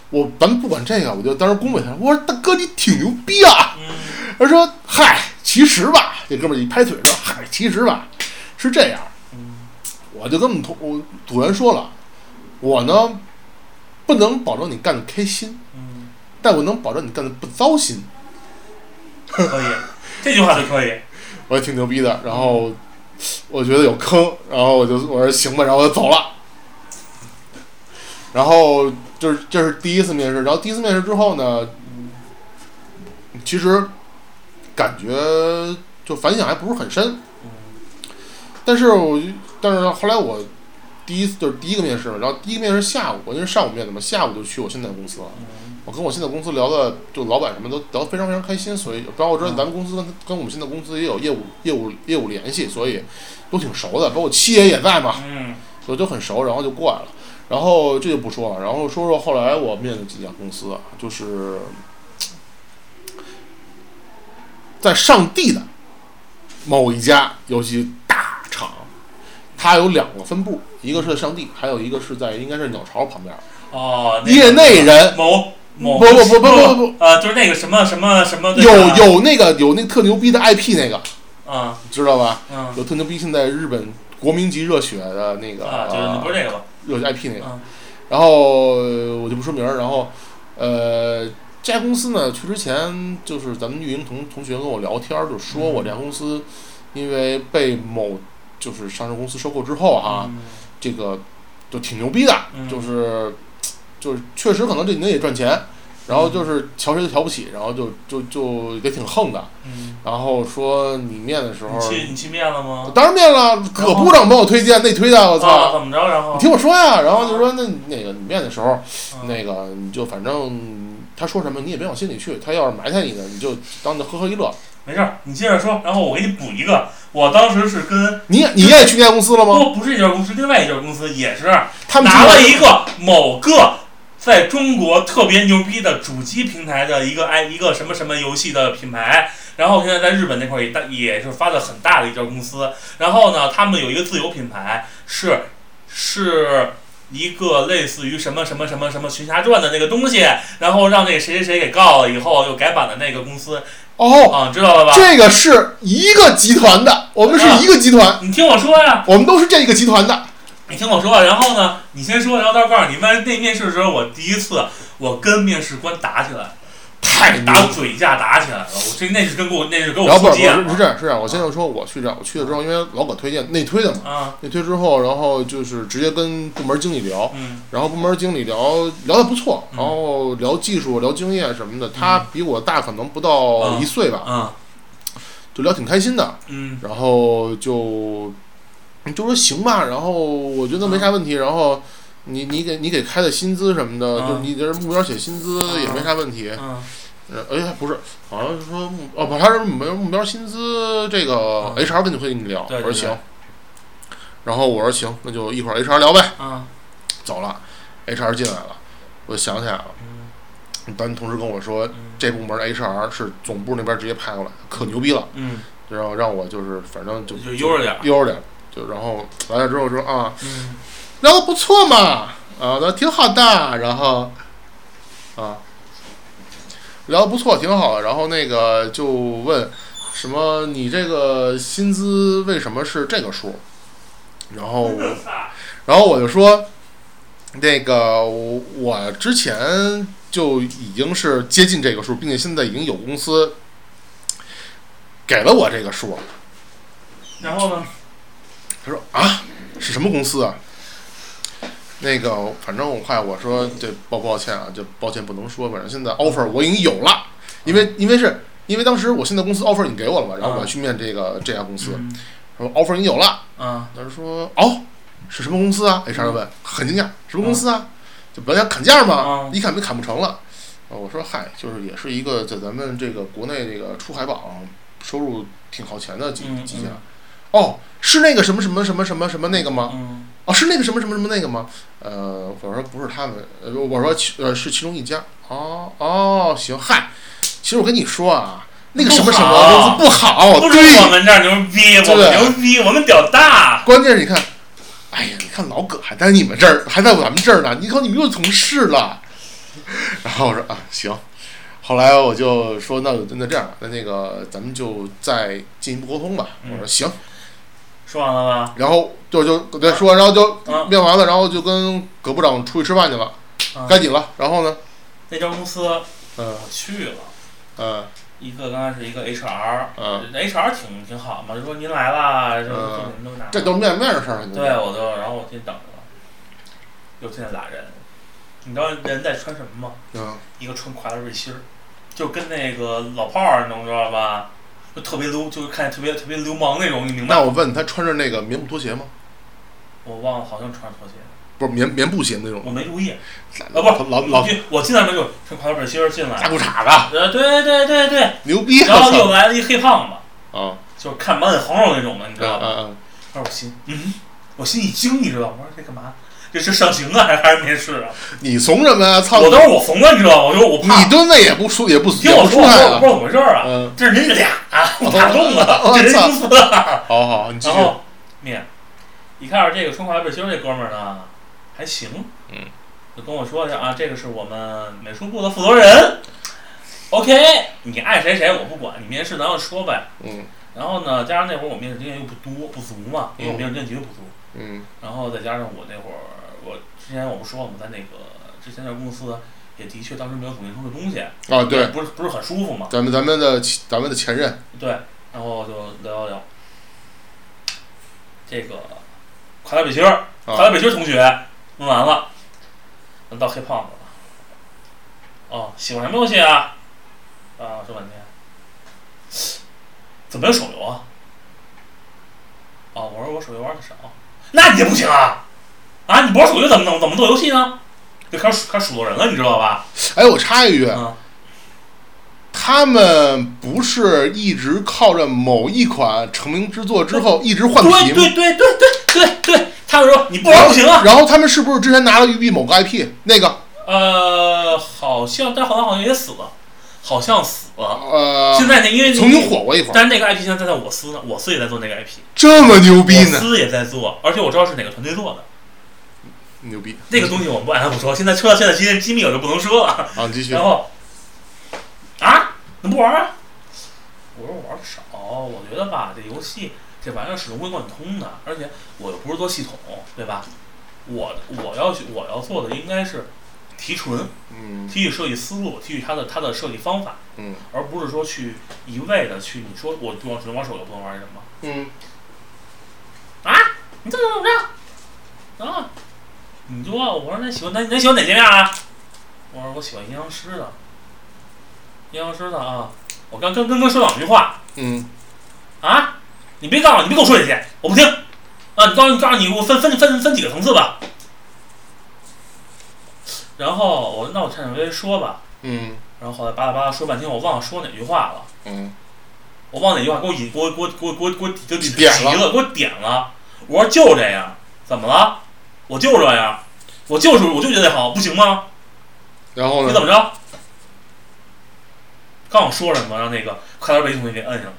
我咱们不管这个，我就当时恭维他，我说大哥你挺牛逼啊！
嗯，
他说嗨，其实吧，这哥们儿一拍腿说嗨，其实吧是这样，
嗯
我就跟我们同我组员说了，我呢不能保证你干的开心，
嗯，
但我能保证你干的不糟心。
可以，这句话就可以，
我也挺牛逼的。然后我觉得有坑，然后我就我说行吧，然后我就走了。然后就是这是第一次面试，然后第一次面试之后呢，其实感觉就反响还不是很深，
嗯
但是我就但是后来我第一次就是第一个面试嘛，然后第一个面试下午，我因为上午面的嘛，下午就去我现在公司了。
嗯
我跟我现在公司聊的，就老板什么都聊得非常非常开心，所以包括我知道咱们公司跟跟我们现在公司也有业务业务业务联系，所以都挺熟的，包括七爷也在嘛，
嗯
所以都很熟，然后就过来了。然后这就不说了，然后说说后来我面的几家公司，啊，就是在上地的某一家游戏大厂，它有两个分部，一个是在上地，还有一个是在应该是鸟巢旁边，
哦，那个
业内人
某某
不不不不不不。
呃，就是那个什么什么什么，对吧
有有那个有那特牛逼的 IP 那个，
啊
知道吧？
嗯
有特牛逼现在日本国民级热血的那个、
啊，就是不是这个吧？
热血 IP 那个，
嗯
然后呃我就不说名儿，然后呃这家公司呢去之前就是咱们运营同同学跟我聊天儿，就说
嗯
我这家公司因为被某就是上市公司收购之后啊，
嗯
这个就挺牛逼的，
嗯
就是就是确实可能这几年也赚钱。然
嗯
后就是瞧谁都瞧不起，然后就就就也挺横的，
嗯，
然后说你面的时候
你，去你去面了吗？
当然面了，可部长帮我推荐内推的，我
啊，
操！
怎么着？然后
你听我说呀，然后就说那那个你面的时候，
嗯
那个你就反正他说什么你也别往心里去，他要是埋汰你呢，你就当着呵呵一乐。
没事儿，你接着说，然后我给你补一个。我当时是跟
你也你也去那家公司了吗？
不不是一家公司，另外一家公司也是
他们
拿了一
个
个某个在中国特别牛逼的主机平台的一个哎一个什么什么游戏的品牌，然后现在在日本那块儿也大也是发的很大的一家公司。然后呢，他们有一个自有品牌是是。一个类似于什么什么什么什么《群侠传》的那个东西，然后让那谁谁谁给告了以后又改版的那个公司
哦，
啊，知道了吧？
这个是一个集团的，我们是一个集团，
你听我说呀、
我们都是这个集团的。
你听我说，然后呢，你先说，然后到时候告诉你。面那面试的时候，我第一次我跟面试官打起来了，太打嘴架打起来了。我这那是跟给我那是啊跟
然
我
后不
出
是
街
不
了
是是这样是这样，我先就说我去这儿，我去了之后，因为老葛推荐内推的嘛，
啊，
内推之后，然后就是直接跟部门经理聊。
嗯
然后部门经理聊聊的不错，
嗯
然后聊技术、聊经验什么的。他比我大可能不到
嗯
一岁吧，
啊
就聊挺开心的。
嗯
然后就嗯就说行吧，然后我觉得没啥问
啊
题。然后你你给你给开的薪资什么的，
嗯
就是你这目标写薪资
啊
也没啥问题。
嗯
呃哎，不是，好像是说目哦不，他是目标目标薪资这个
嗯
HR 跟你会跟你聊。
对对
我说行
对，
然后我说行，那就一会儿 HR 聊呗。
啊
走了，HR 进来了，我就想起来了。
嗯
咱同事跟我说，
嗯
这部门 HR 是总部那边直接派过来，可牛逼了，
嗯，
然后让我就是反正就
就悠着点儿，
悠着点儿，就然后来了之后说啊，
嗯
聊的不错嘛，啊，聊得挺好的，然后啊，聊的不错，挺好的，然后那个就问什么你这个薪资为什么是这个数，然后我然后我就说，那个我我之前就已经是接近这个数，并且现在已经有公司给了我这个数。
然后呢？
他说啊，是什么公司啊？那个，反正我快我说对，抱抱歉啊，就抱歉不能说，反正现在 offer 我已经有了，因为因为是因为当时我现在公司 offer 已经给我了嘛，然后我要去面这个这家公司，
嗯
他说 offer 已经有了，
啊
他说哦，是什么公司啊？HR
嗯
问，很惊讶，什么公司啊？就本来想砍价嘛
啊，
一砍没砍不成了。呃我说嗨，就是也是一个在咱们这个国内这个出海榜收入挺靠前的几
嗯
几家。哦，是那个什么什么什么什么什么那个吗？
嗯
哦，是那个什么什么什么那个吗？呃，我说不是他们，呃，我说其呃是其中一家。哦哦，行，嗨，其实我跟你说啊，那个什么什
不好
么公司不好，
不
对
是我们这儿牛逼，我们
对
牛逼，我们屌大。
关键是你看，哎呀，你看老葛还在你们这儿，还在我们这儿呢，你看你们又同事了。然后我说啊，行。后来我就说，那就那这样吧，那那个咱们就再进一步沟通吧。
嗯
我说行，
说完了吧？
然后就就跟他说，然后就
啊
面完了，然后就跟葛部长出去吃饭去了，
啊
该你了。然后呢，
那家公司我
嗯
去了，
嗯
一个刚开始一个 HR，
嗯，
那 HR 挺挺好嘛，就说您来啦，就
嗯
做什么都拿。
这都是面面的事儿，啊
对，啊我就然后我先等着了，又进来俩人，你知道人在穿什么吗？
嗯
一个穿垮了背心儿，就跟那个老炮儿，你知道吧？就特别流，就是看特别特别流氓那种，你明白
那
吗？
我问他穿着那个棉布拖鞋吗？
我忘了，好像穿着拖鞋，
不是棉棉布鞋那种，
我没注意。
老
啊不
老老哎
因为我进来的时候穿垮了背心儿进
大
来，
裤衩子，
呃，对对对对，
牛逼！
然后
我操
又来了一黑胖子，
啊
就是看满脸横肉那种的，你知
啊
道
啊
吧？
啊！
然后我心，嗯，我心一惊，你知道吗？我说这干嘛？这是上刑啊， 还是还是面试啊？
你怂什么呀？操！
我当时我疯了，你知道吗？我说我怕
你，蹲位也不出也不
听
也
我
不出
说，我
来哦
说我不知道怎么回事儿啊，
啊。嗯，
这是人家俩啊，我打中了，这人公司啊。
好好，你继
然
续。
后面，一看着这个穿垮背心儿这哥们儿呢，还行，
嗯，
就跟我说一下啊，这个是我们美术部的负责人。OK，你爱谁谁我不管，你面试咱就说呗。
嗯
然后呢，加上那会儿我面试经验又不多不足嘛，因为我
嗯
面试经验绝对不足。
嗯
然后再加上我那会儿，我之前我不说了吗？在那个之前在公司也的确当时没有总结出的东西，
啊，对，
不是不是很舒服嘛。
咱们咱们的咱们的前任，
对，然后就聊一聊这个夸大北心儿，
啊
夸大北心儿同学问完了，到黑胖子了。哦，喜欢什么游戏啊？啊，说半天，怎么有手游啊？哦，我说我手游玩的少，那你也不行啊！啊，你不玩手游怎么怎么怎么做游戏呢？就开始数开始数落人了，你知道吧？
哎，我插一句，
嗯，
他们不是一直靠着某一款成名之作之后一直换
对
皮吗？
对对对对对对，他们说你不玩不行啊！
然后他们是不是之前拿了育碧某个 IP 那个
呃，好像，但好像好像也死了，好像死了。
呃，
现在那因为
曾经，火过一会儿，
但是那个 IP 现在在我司呢，我司也在做那个 IP，
这么牛逼
我
呢？嗯
司也在做，而且我知道是哪个团队做的。
牛逼！
那个东西我们不按不说，现在说到现在机机密我就不能说了。
啊，继续
然后啊，能不玩啊？我说我玩的少，我觉得吧，这游戏这玩意儿始终会贯通的，而且我又不是做系统，对吧？我我要去我要做的应该是提纯，
嗯
提取设计思路，提取它的它的设计方法，
嗯
而不是说去一味的去你说我只能只能玩手游不能玩什么，
嗯
你这怎么怎么着？啊，你就啊，我说那喜欢那你喜欢哪些面啊？我说我喜欢阴阳师的，阴阳师的啊，我刚跟跟跟说两句话
嗯
啊，你别告诉我，你别跟我说这些，我不听啊！你告诉你告诉你，我分分分分几个层次吧。然后我那我颤颤巍巍说吧，
嗯
然后后来巴拉巴拉说半天，我忘了说哪句话了。
嗯，
我忘哪句话给我引给我给我给我给我给我给我急
点了
了，给我点了。我说就这样，怎么了？我就这样，我就是我就觉得好，不行吗？
然后
你
呢
怎？么着？刚我说什么，让那个快点被同学给摁上。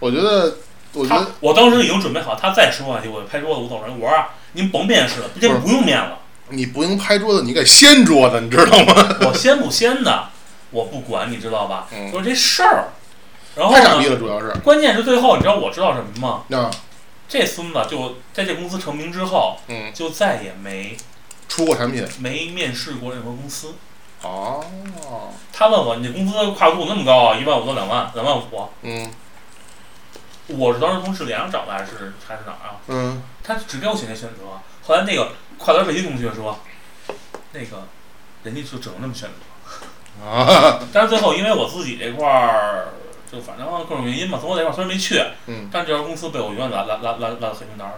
我觉得，我觉
他
得，
我当时已经准备好，他再说下去，我就拍桌子，我走人。我说啊您甭面试了，这不用面了，
你不用拍桌子，你给掀桌子，你知道吗？
我先不先的，我不管，你知道吧？
嗯
就是这事儿。然后
太傻逼
呢，
了，主要是
关键是最后，你知道我知道什么吗？
啊，
这孙子就在这公司成名之后，
嗯，
就再也没
出过产品
没面试过任何公司。
哦，
他问我：“你这工资跨度那么高啊，一万五到两万，两万五啊
嗯？”
我是当时从市里上找的，还是还是哪儿啊？
嗯，
他只给我钱的选择。后来那个快乐北京同学说，那个人家就只能那么选择。
啊，
但是最后因为我自己这块儿，就反正各种原因吧，从我这块儿虽然没去，
嗯，
但是这家公司被我永远拉拉拉拉拉到黑名单了。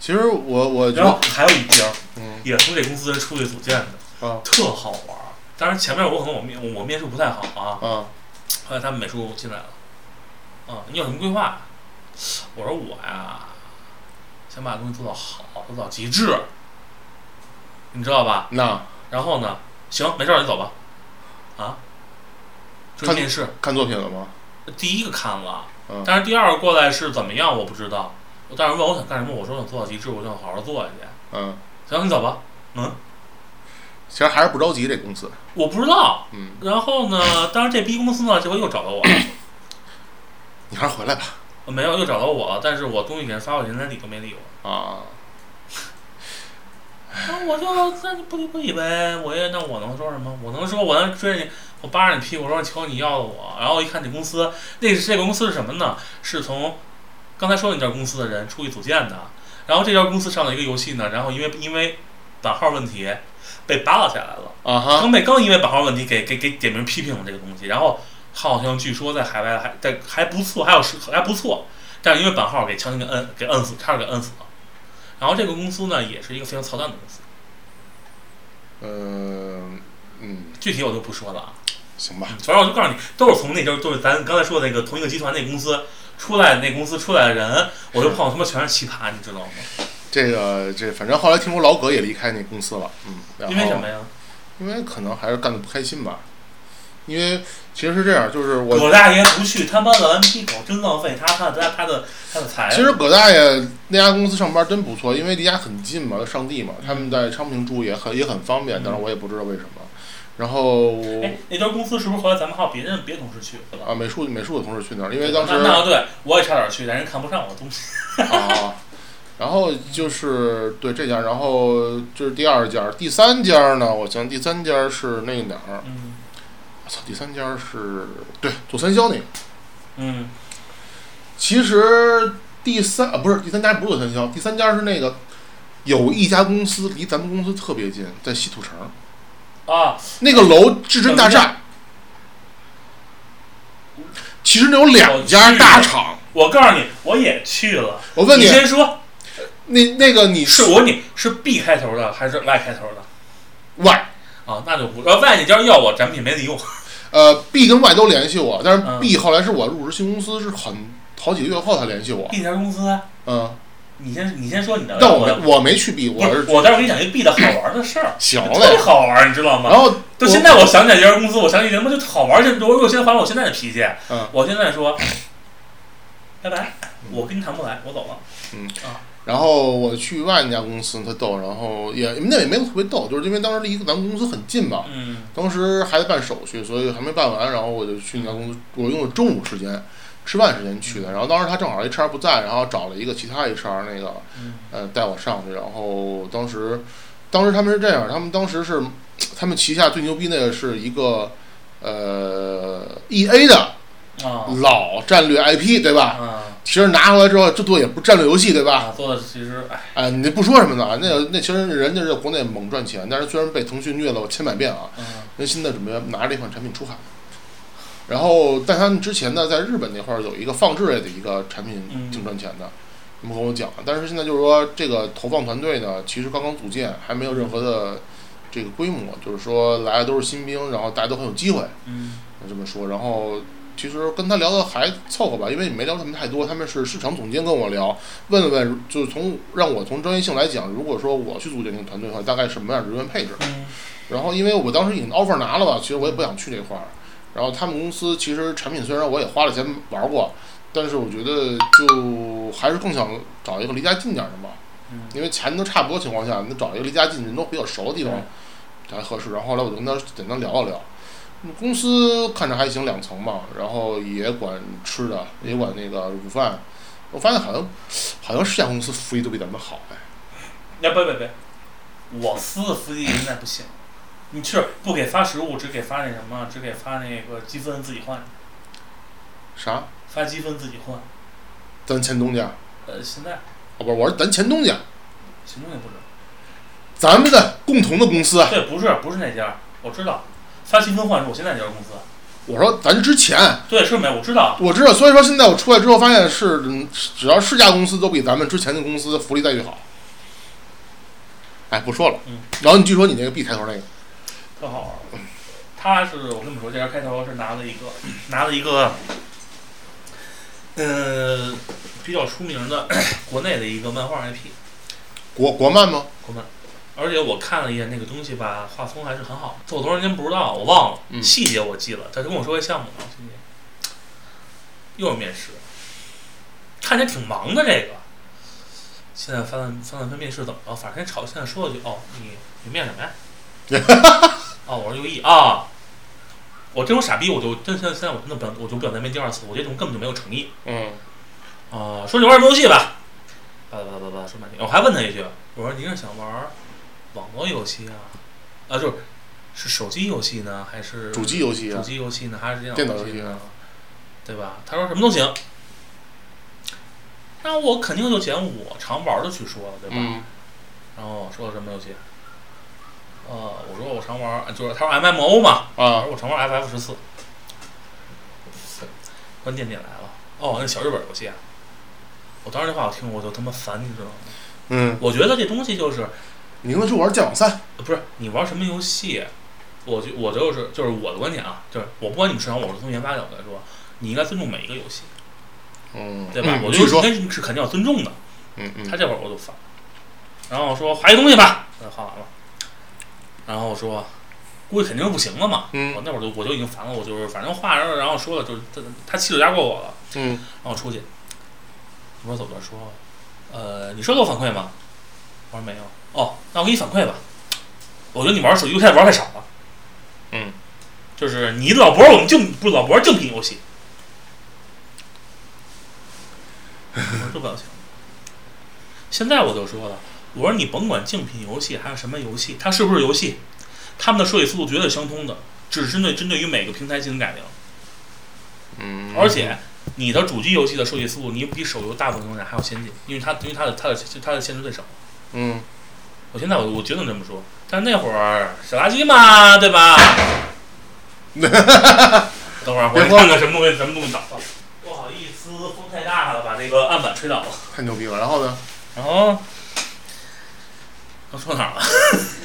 其实我我觉
然后
得，
还有一家儿
嗯
也从这公司出去组建的，
啊
特好玩儿。当然前面我可能我面我面试不太好啊，
啊，
后来他们美术进来了，啊，你有什么规划？我说我呀，想把东西做到好，做到极致，你知道吧？
那
然后呢，行，没事儿，你走吧。啊，这是
看
面试
看作品了吗？
第一个看了
嗯，
但是第二个过来是怎么样我不知道。我当时问我想干什么，我说我想做到极致，我想好好做下去。
嗯，
行，你走吧。
其实还是不着急这公司，
我不知道。
嗯，
然后呢，当时这逼公司呢，这回又找到我了。
你还是回来吧，
没有，又找到我了，但是我东西给人发过去，人家理都没理我。
啊，
那我就那你不理不理呗，我也那我能说什么？我能说我能追着你，我扒着你屁股说求你要了我，然后一看这公司，那是这个公司是什么呢？是从刚才说的那家公司的人出去组建的，然后这家公司上了一个游戏呢，然后因为因为版号问题被扒拉下来了，
啊哈，
刚被刚因为版号问题给给给点名批评了这个东西，然后好像据说在海外还在还不错，还有是还不错，但是因为版号给强行给摁给摁死，差点给摁死了。然后这个公司呢，也是一个非常操蛋的公司。
嗯嗯，
具体我就不说了啊，
行吧，
反正我就告诉你，都是从那就是就是咱刚才说的那个同一个集团那公司出来的那公司出来的人，我就碰他妈全是奇葩，你知道吗？
这个这反正后来听说老葛也离开那公司了，嗯，然
因为
后
什么呀？
因为可能还是干的不开心吧，因为其实是这样，就是我
葛大爷不去，他妈的顽皮狗真浪费他他他他的他的财。
其实葛大爷那家公司上班真不错，因为离家很近嘛，上地嘛，他们在昌平住也很也很方便，
嗯
但是我也不知道为什么。然后
哎，那家公司是不是后来咱们还有别人别的同事去了？
啊，美术美术的同事去那儿，因为当时
那那对，我也差点去，但人看不上我东西。
啊， 然后就是对这家，然后这是第二家，第三家呢，我想第三家是那个哪儿？
嗯
我操，第三家是对做三消那个。
嗯
其实第三啊不是第三家不是做三消，第三家是那个有一家公司离咱们公司特别近，在西土城。
啊，
那个楼至臻大厦，其实那有两家
哦
大厂。
我告诉你，我也去了。
我问
你
你，
先说，
那那个你
是我你是 B 开头的还是 Y 开头的？
Y
啊，那就不，呃，外界家要我展品没得用。
呃 B 跟 Y 都联系我，但是
嗯
B 后来是我入职新公司是很好几个月后才联系我，
B 家公司，
嗯，
你先你先说你的，
但我
呃我
没我没去 B，我
不
是
是我待会儿给你讲一个 B 的好玩的事儿，
行
特别
嘞。
好玩儿，你知道吗？
然后
就现在我想起来这家公司，我想起他妈就好玩儿，就我我现在还我现在的脾气，
嗯
我现在说，拜拜，我跟你谈不来，我走了。
然后我去 Y 那家公司特逗，然后也那也没有特别逗，就是因为当时离咱们公司很近嘛，
嗯
当时还在办手续，所以还没办完，然后我就去那家公司，我用了中午时间，吃饭时间去的。然后当时他正好 HR 不在，然后找了一个其他 HR 那个
嗯
呃带我上去。然后当时，当时他们是这样，他们当时是他们旗下最牛逼那个是一个呃 EA 的
啊
老战略 IP 对吧？
啊
其实拿回来之后，这做也不是战略游戏对
啊，
吧？
做的其实哎，
哎，你不说什么呢？那个那其实人家在国内猛赚钱，但是虽然被腾讯虐了我千百遍啊，
嗯
那现在准备拿这款产品出海。然后，但他们之前呢，在日本那块儿有一个放置类的一个产品
嗯
挺赚钱的，他们跟我讲。啊但是现在就是说，这个投放团队呢，其实刚刚组建，还没有任何的这个规模，就是说来的都是新兵，然后大家都很有机会，
嗯
这么说。然后其实跟他聊的还凑合吧，因为也没聊什么太多。他们是市场总监跟我聊，问了问，就是从让我从专业性来讲，如果说我去组建这个团队的话，大概什么样的人员配置？
嗯
然后因为我当时已经 offer 拿了吧，其实我也不想去这块儿。然后他们公司其实产品虽然我也花了钱玩过，但是我觉得就还是更想找一个离家近点儿的嘛，
嗯
因为钱都差不多情况下，你找一个离家近、人都比较熟的地方才合适。然后后来我就跟他简单聊了聊，嗯公司看着还行，两层嘛，然后也管吃的，也管那个午饭，我发现好像好像是家公司福利都比咱们好哎。
呀，别别别，我司的福利应该不行。你是不给发实物，只给发那什么，只给发那个积分自己换，
啥？
发积分自己换。
咱前东家？
呃，现在
哦不，我说咱前东家，
行动也不准。
咱们的共同的公司。啊
对，不是不是那家，我知道，发积分换是我现在这家公司。
我说咱之前
对，是没有，我知道。
我知道，所以说现在我出来之后发现是，嗯只要是家公司都比咱们之前的公司福利待遇好。哎，不说了。
嗯
然后你据说你那个 B 开头那个，
特好玩儿。他是我跟你们说，这家开头是拿了一个 拿了一个，呃，比较出名的 国内的一个漫画 IP，
国国漫吗？
国漫。而且我看了一眼那个东西吧，画风还是很好的。做多长时间不知道，我忘了、
嗯
细节我记了。他就跟我说一项目，我今天又是面试，看起来挺忙的这个。现在翻翻翻翻面试怎么了？反正吵，现在说了句哦，你你面什么呀？哦，我说优异啊！我这种傻逼，我就真现在现在我真的不想，我就不想再面第二次。我这种根本就没有诚意
嗯，
啊、说你玩什么游戏吧？叭叭叭叭叭，说半天。我还问他一句，我说你是想玩网络游戏啊？啊，就是是手机游戏呢，还是
主机游戏
手
啊，
机游戏呢，还是
电
电
脑
脑
游戏
呢
啊？
对吧？他说什么都行。那我肯定就捡我常玩的去说了，对吧？
嗯，
然后我说什么游戏？啊呃，我说我常玩，就是他说 M M O 嘛，
啊，
我常玩 FF 十四。关键点来了，哦，那小日本游戏啊！我当时这话我听我就他妈烦，你知道吗？
嗯，
我觉得这东西就是，
你跟他说玩剑网三，
呃不是你玩什么游戏，我就我就是就是我的观点啊，就是我不管你们市场，我是从研发角度来说，你应该尊重每一个游戏，
嗯，
对吧？
嗯
我
继续
觉得应该
说，
是是肯定要尊重的。
嗯
他
嗯，
这会儿我就烦，然后我说画一东西吧，我就画完了，然后我说估计肯定是不行了嘛，我
嗯
哦那会儿就我就已经烦了，我就是反正画着，然后说了，就是他他气质压过我了，
嗯，
然后我出去，我走着说，呃，你收到我反馈吗？我说没有。哦，那我给你反馈吧。我觉得你玩手机游戏玩太少了。
嗯，
就是你老玩我们竞不是老玩竞品游戏。 我说这不要钱。现在我就说了，我说你甭管竞品游戏还是什么游戏，它是不是游戏，他们的设计思路绝对相通的，只是针对针对于每个平台进行改良。
嗯，
而且你的主机游戏的设计思路，你比手游大部分用家还要先进，因为它因为它的它的它的限制最少。
嗯，
我现在我我真的这么说，但那会儿傻垃圾嘛，对 吧？等会儿我
别
去
慌
看看什么东西什么东西倒了。不好意思，风太大了，把那个案板吹倒了。
太牛逼了。然后呢，
然后刚说哪儿了？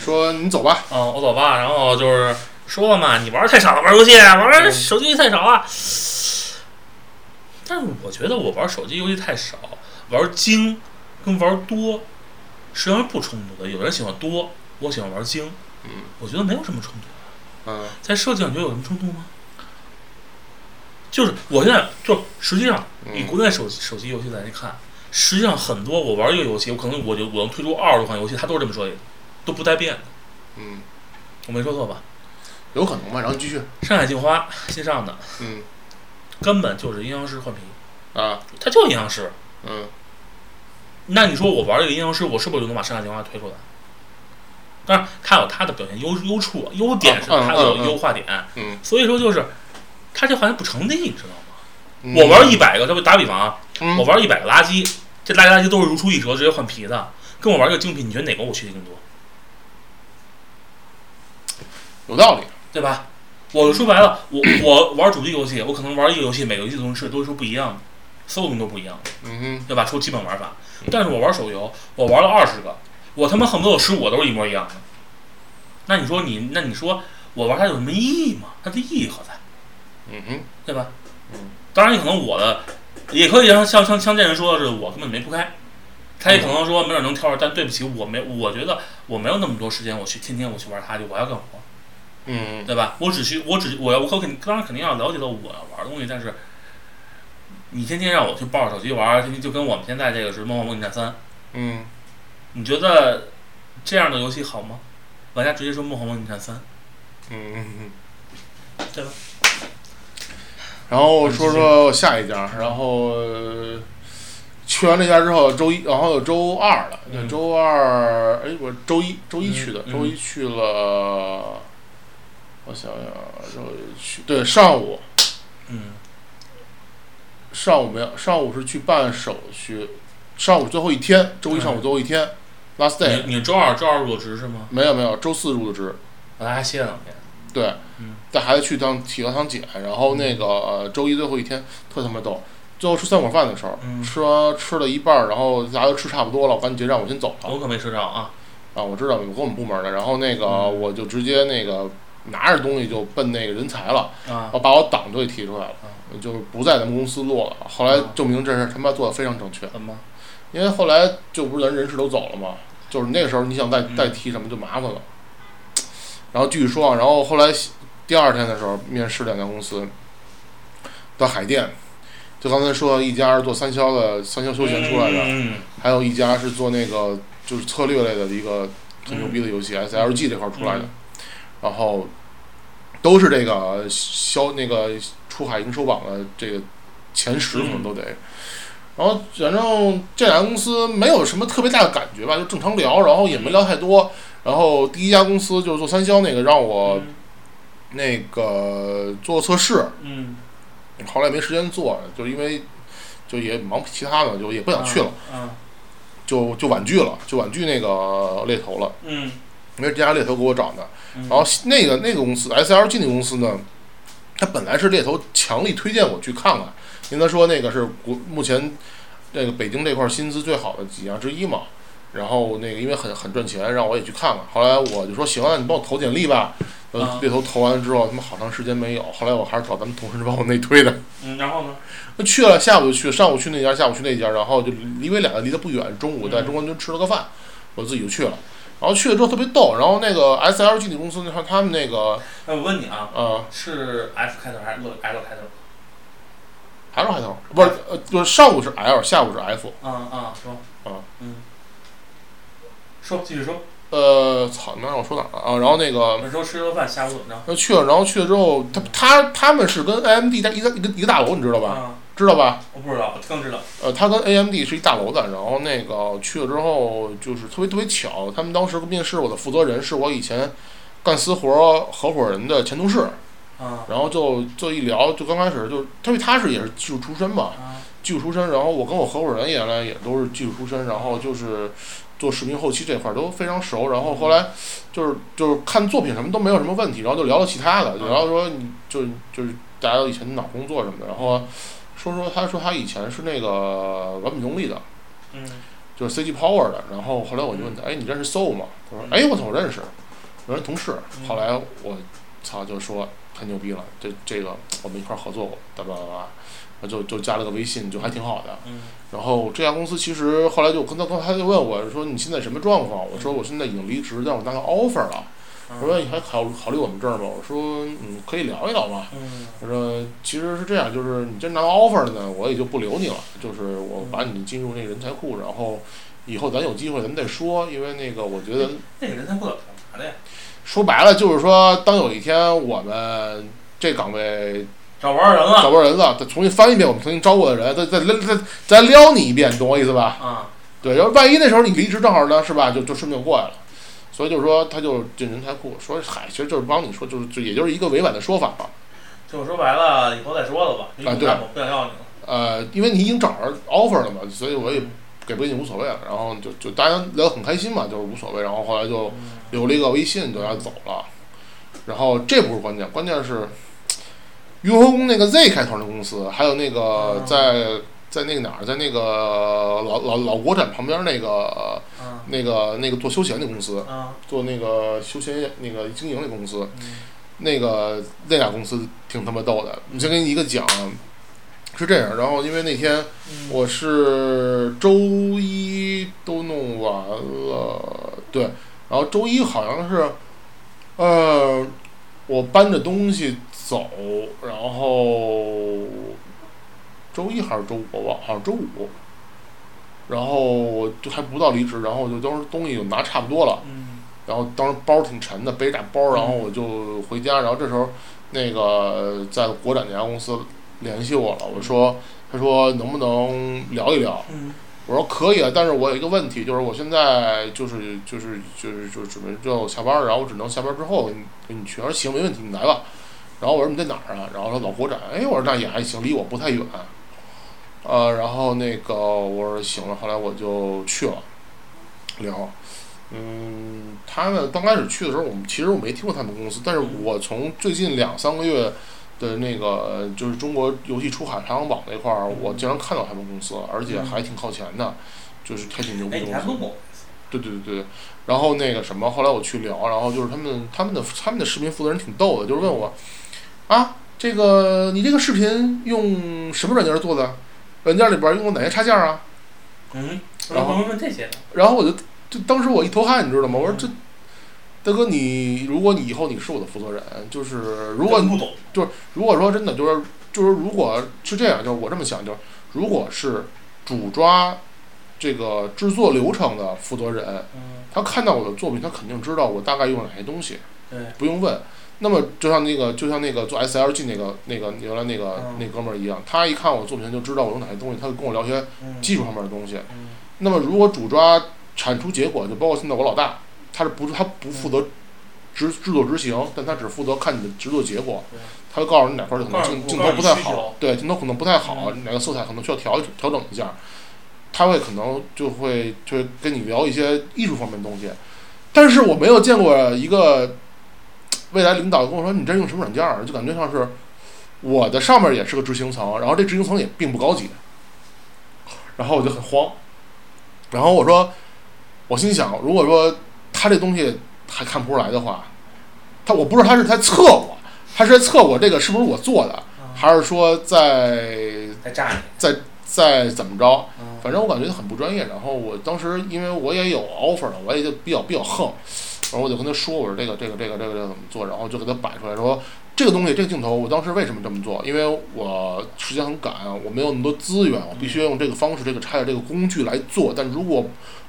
说你走吧，
嗯，我走吧。然后就是说了嘛，你玩儿太少了，玩儿游戏玩
嗯
儿手机游戏太少了。但是我觉得我玩手机游戏太少，玩精跟玩多实际上是不冲突的。有人喜欢多，我喜欢玩精，
嗯，
我觉得没有什么冲突。
嗯
在设计上，你觉得有什么冲突吗？就是我现在就实际上以
嗯
国内手手机游戏来看，实际上很多我玩一个游戏，我可能我就我能推出二十多款游戏，它都是这么设计的，都不带变的。
嗯，
我没说错吧？
有可能吧。然后继续，
上海镜花新上的
嗯
根本就是阴阳师换皮，
啊，
它就是阴阳师。
嗯
那你说我玩这个阴阳师，我是不是就能把上海镜花推出来？当然，它有它的表现优优处、优点是
嗯嗯
它有
嗯嗯
优化点，
嗯
所以说就是它这好像不成立，你知道吗？
嗯，
我玩一百个，这不打比方啊，
嗯
我玩一百个垃圾，这垃圾垃圾都是如出一辙，直接换皮的。跟我玩一个精品，你觉得哪个我缺的更多？
有道理，
对吧？我说白了，我我玩主机游戏，我可能玩一个游戏，每个游戏的东西都是不一样的，所有东西都不一样，
嗯哼，
对吧？除基本玩法，但是我玩手游，我玩了二十个，我他妈恨不得有十五都是一模一样的。那你说你，那你说我玩它有什么意义吗？它的意义何在？
嗯哼。
对吧？
嗯，
当然也可能我的，也可以像像像像这人说的是，我根本没铺开。他也可能说没准能跳着，但对不起，我没，我觉得我没有那么多时间，我去天天我去玩它去，我还要干活。
嗯，
对吧？我只需我只我要我可肯当然肯定要了解到我要玩的东西，但是你天天让我去抱着手机玩儿，天天就跟我们现在这个是《梦幻梦境战三》，
嗯，
你觉得这样的游戏好吗？玩家直接说《梦幻梦境战三》，
嗯，
对吧？
然后说说下一家，然后呃去完这家之后，周一，然后有周二了，
嗯
周二，哎，我周一，周一去的，
嗯嗯
周一去了，我想想啊，周一去，对，上午，
嗯，
上午没有，上午是去办手续，上午最后一天，周一上午最后一天、l a s t day，
你你周二周二入职是吗？
没有没有，周四入的职，
我还歇两天。
对
嗯，
带孩子去趟体育堂姐，然后那个、呃周一最后一天特他妈逗，最后吃散伙饭的时候，
嗯
吃完吃了一半儿，然后大家都吃差不多了，我赶紧结账，我先走了
我可没吃着啊。
啊！我知道我跟我们部门的，然后那个、
嗯
我就直接那个拿着东西就奔那个人才了，
啊
然后把我党就给踢出来了
啊，
就是不在咱们公司落了。后来
啊
证明这事儿他妈做的非常正确，
怎么？
因为后来就不是咱人事都走了嘛，就是那个时候你想再
嗯
再踢什么就麻烦了。然后继续说啊，然后后来第二天的时候面试两家公司，到海淀，就刚才说一家是做三消的，三消休闲出来的，
嗯
还有一家是做那个就是策略类的一个很牛逼的游戏 SLG 这块儿出来的，然后都是这个销那个出海营收榜的这个前十可能都得。然后反正这两家公司没有什么特别大的感觉吧，就正常聊，然后也没聊太多。然后第一家公司就是做三消那个，让我那个做测试，
嗯，
后来没时间做，就是因为就也忙其他的，就也不
不
想去了，。
啊
就就婉拒了，就婉拒那个猎头了，
嗯，
因为这家猎头给我找的。
嗯
然后那个那个公司 SLG 那个公司呢，他本来是猎头强力推荐我去看看，因为他说那个是国目前这个北京这块儿薪资最好的几家之一嘛。然后那个因为很很赚钱，让我也去看看。后来我就说行啊，你帮我投简历吧。呃
啊，
猎头投完之后，他妈好长时间没有。后来我还是找咱们同事帮我内推的。
嗯，然后呢？
那去了，下午就去，上午去那家，下午去那家，然后就因为两个离得不远，中午在
嗯
中关村吃了个饭，我自己就去了。然后去了之后特别逗，然后那个 SLG 那公司，他他们那个
那我问你啊，
呃，
是 F 开头还是 L L 开头？
还是海头，不是呃，就是上午是 L，下午是 F。
啊啊，说。
啊
嗯。说，继续说。
呃，操，那让我说哪儿了啊？然后那个
我们说吃了饭，下午怎么着？
那去了，然后去了之后，他他他们是跟 AMD 在一个一个一个大楼，你知道吧？
啊，
知道吧？
我不知道，我刚知道。
呃，他跟 AMD 是一大楼的，然后那个去了之后就是特别特别巧，他们当时面试我的负责人是我以前干私活合伙人的前同事，
啊
然后就就一聊，就刚开始就因为他是也是技术出身嘛，
啊
技术出身，然后我跟我合伙人原来也都是技术出身，然后就是做视频后期这块儿都非常熟，然后后来就是就是看作品什么都没有什么问题，然后就聊了其他的，就聊说你就是就是
嗯
大家以前哪工作什么的，然后说说他说他以前是那个完美动力的，
嗯
就是 CG Power 的，然后后来我就问他，哎，你认识 Soul 吗？他说，
嗯
哎，我操，我认识，有人同事。
嗯
后来我操就说太牛逼了，这这个我们一块儿合作过，叭叭叭叭，我就就加了个微信，就还挺好的。
嗯
然后这家公司其实后来就跟他他就问我说你现在什么状况？我说我现在已经离职，但我拿到 offer 了。
嗯
我说你还考考虑我们这儿吗？我说嗯，可以聊一聊嘛。
嗯
他说其实是这样，就是你真拿到 offer 了呢，我也就不留你了，就是我把你进入那个人才库，然后以后咱有机会咱们再说，因为那个我觉得
那个人才不怎么干嘛的呀？
说白了就是说，当有一天我们这岗位
找不着人了
找不着人了，再重新翻一遍我们曾经招过的人，再再再再再撩你一遍，懂我意思吧？
啊！
对，要是万一那时候你离职正好呢，是吧？就就顺便过来了。所以就是说，他就进人才库，说嗨，其实就是帮你说，就是就也就是一个委婉的说法吧。
就是说白了，以后再说了吧。因为
啊对
我不想要你了。
呃，因为你已经找着 offer 了嘛，所以我也给不给你无所谓了。然后就就大家聊得很开心嘛，就是无所谓。然后后来就
嗯
留了一个微信，就要走了。然后这不是关键，关键是雍和宫那个 Z 开头的公司，还有那个
哦
在在那个哪儿，在那个老老老国展旁边那个
啊
那个那个做休闲的公司，
啊
做那个休闲那个经营的公司，
嗯
那个那俩公司挺他妈逗的。你先给你一个讲，是这样。然后因为那天
嗯
我是周一都弄完了，对，然后周一好像是，呃，我搬着东西走，然后周一还是周五我忘，好像周五。然后我就还不到离职，然后我就当时东西就拿差不多了，
嗯
然后当时包挺沉的，背着大包，然后我就回家，然后这时候那个在国展那家公司联系我了，我说，他说能不能聊一聊？
嗯
我说可以啊，但是我有一个问题，就是我现在就是就是就是就是准备就下班儿，然后我只能下班之后跟你跟你去。他说行，没问题，你来吧。然后我说你在哪儿啊？然后说老国展。哎，我说那也还行，离我不太远。呃，然后那个我说行了，后来我就去了聊。嗯，他们刚开始去的时候，我们其实我没听过他们公司，但是我从最近两三个月的那个就是中国游戏出海排行榜那块儿，我经常看到他们公司，而且还挺靠前的，就是还挺牛逼
哎，你
的公
还
司
录。过？
对对对对，然后那个什么，后来我去聊，然后就是他们他们的他们的视频负责人挺逗的，就是问我啊，这个你这个视频用什么软件做的？软件里边用过哪些插件啊？
嗯，我
然
有
后
朋友问这些的，
然后我就就当时我一头汗，你知道吗？我说这
嗯
大哥你，如果你以后你是我的负责人，就是如果
真
你
不懂，
如果说真的就是就是如果是这样，就是我这么想，就是如果是主抓这个制作流程的负责人，
嗯，
他看到我的作品，他肯定知道我大概用了哪些东西，
对，
不用问。那么就像那个就像那个做 SLG 那个那个原来那个、
嗯
那哥们儿一样，他一看我作品就知道我用哪些东西，他就跟我聊些
嗯，
技术上面的东西。
嗯，
那么如果主抓产出结果，就包括现在我老大，他是不是他不负
嗯
责制制作执行，但他只负责看你的制作结果
对，
他会告诉你哪块儿可能
告诉
镜
我
镜
告
头
诉
不
你
太
需
好
求，
对镜头可能不太好，哪个色彩可能需要调调整一下，他会可能就会就会跟你聊一些艺术方面的东西，但是我没有见过一个未来领导跟我说你这用什么软件儿，就感觉像是我的上面也是个执行层，然后这执行层也并不高级，然后我就很慌，然后我说，我心想，如果说他这东西还看不出来的话，他我不知道他是在测我，他是在测我这个是不是我做的，还是说在
还炸你，
在怎么着？
嗯，
反正我感觉很不专业。然后我当时因为我也有 offer 了，我也就比较比较横，然后我就跟他说我说这个这个这个这个这个怎么做，然后就给他摆出来说这个东西这个镜头我当时为什么这么做？因为我时间很赶，啊我没有那么多资源，我必须要用这个方式、这个插件、这个工具来做。但如果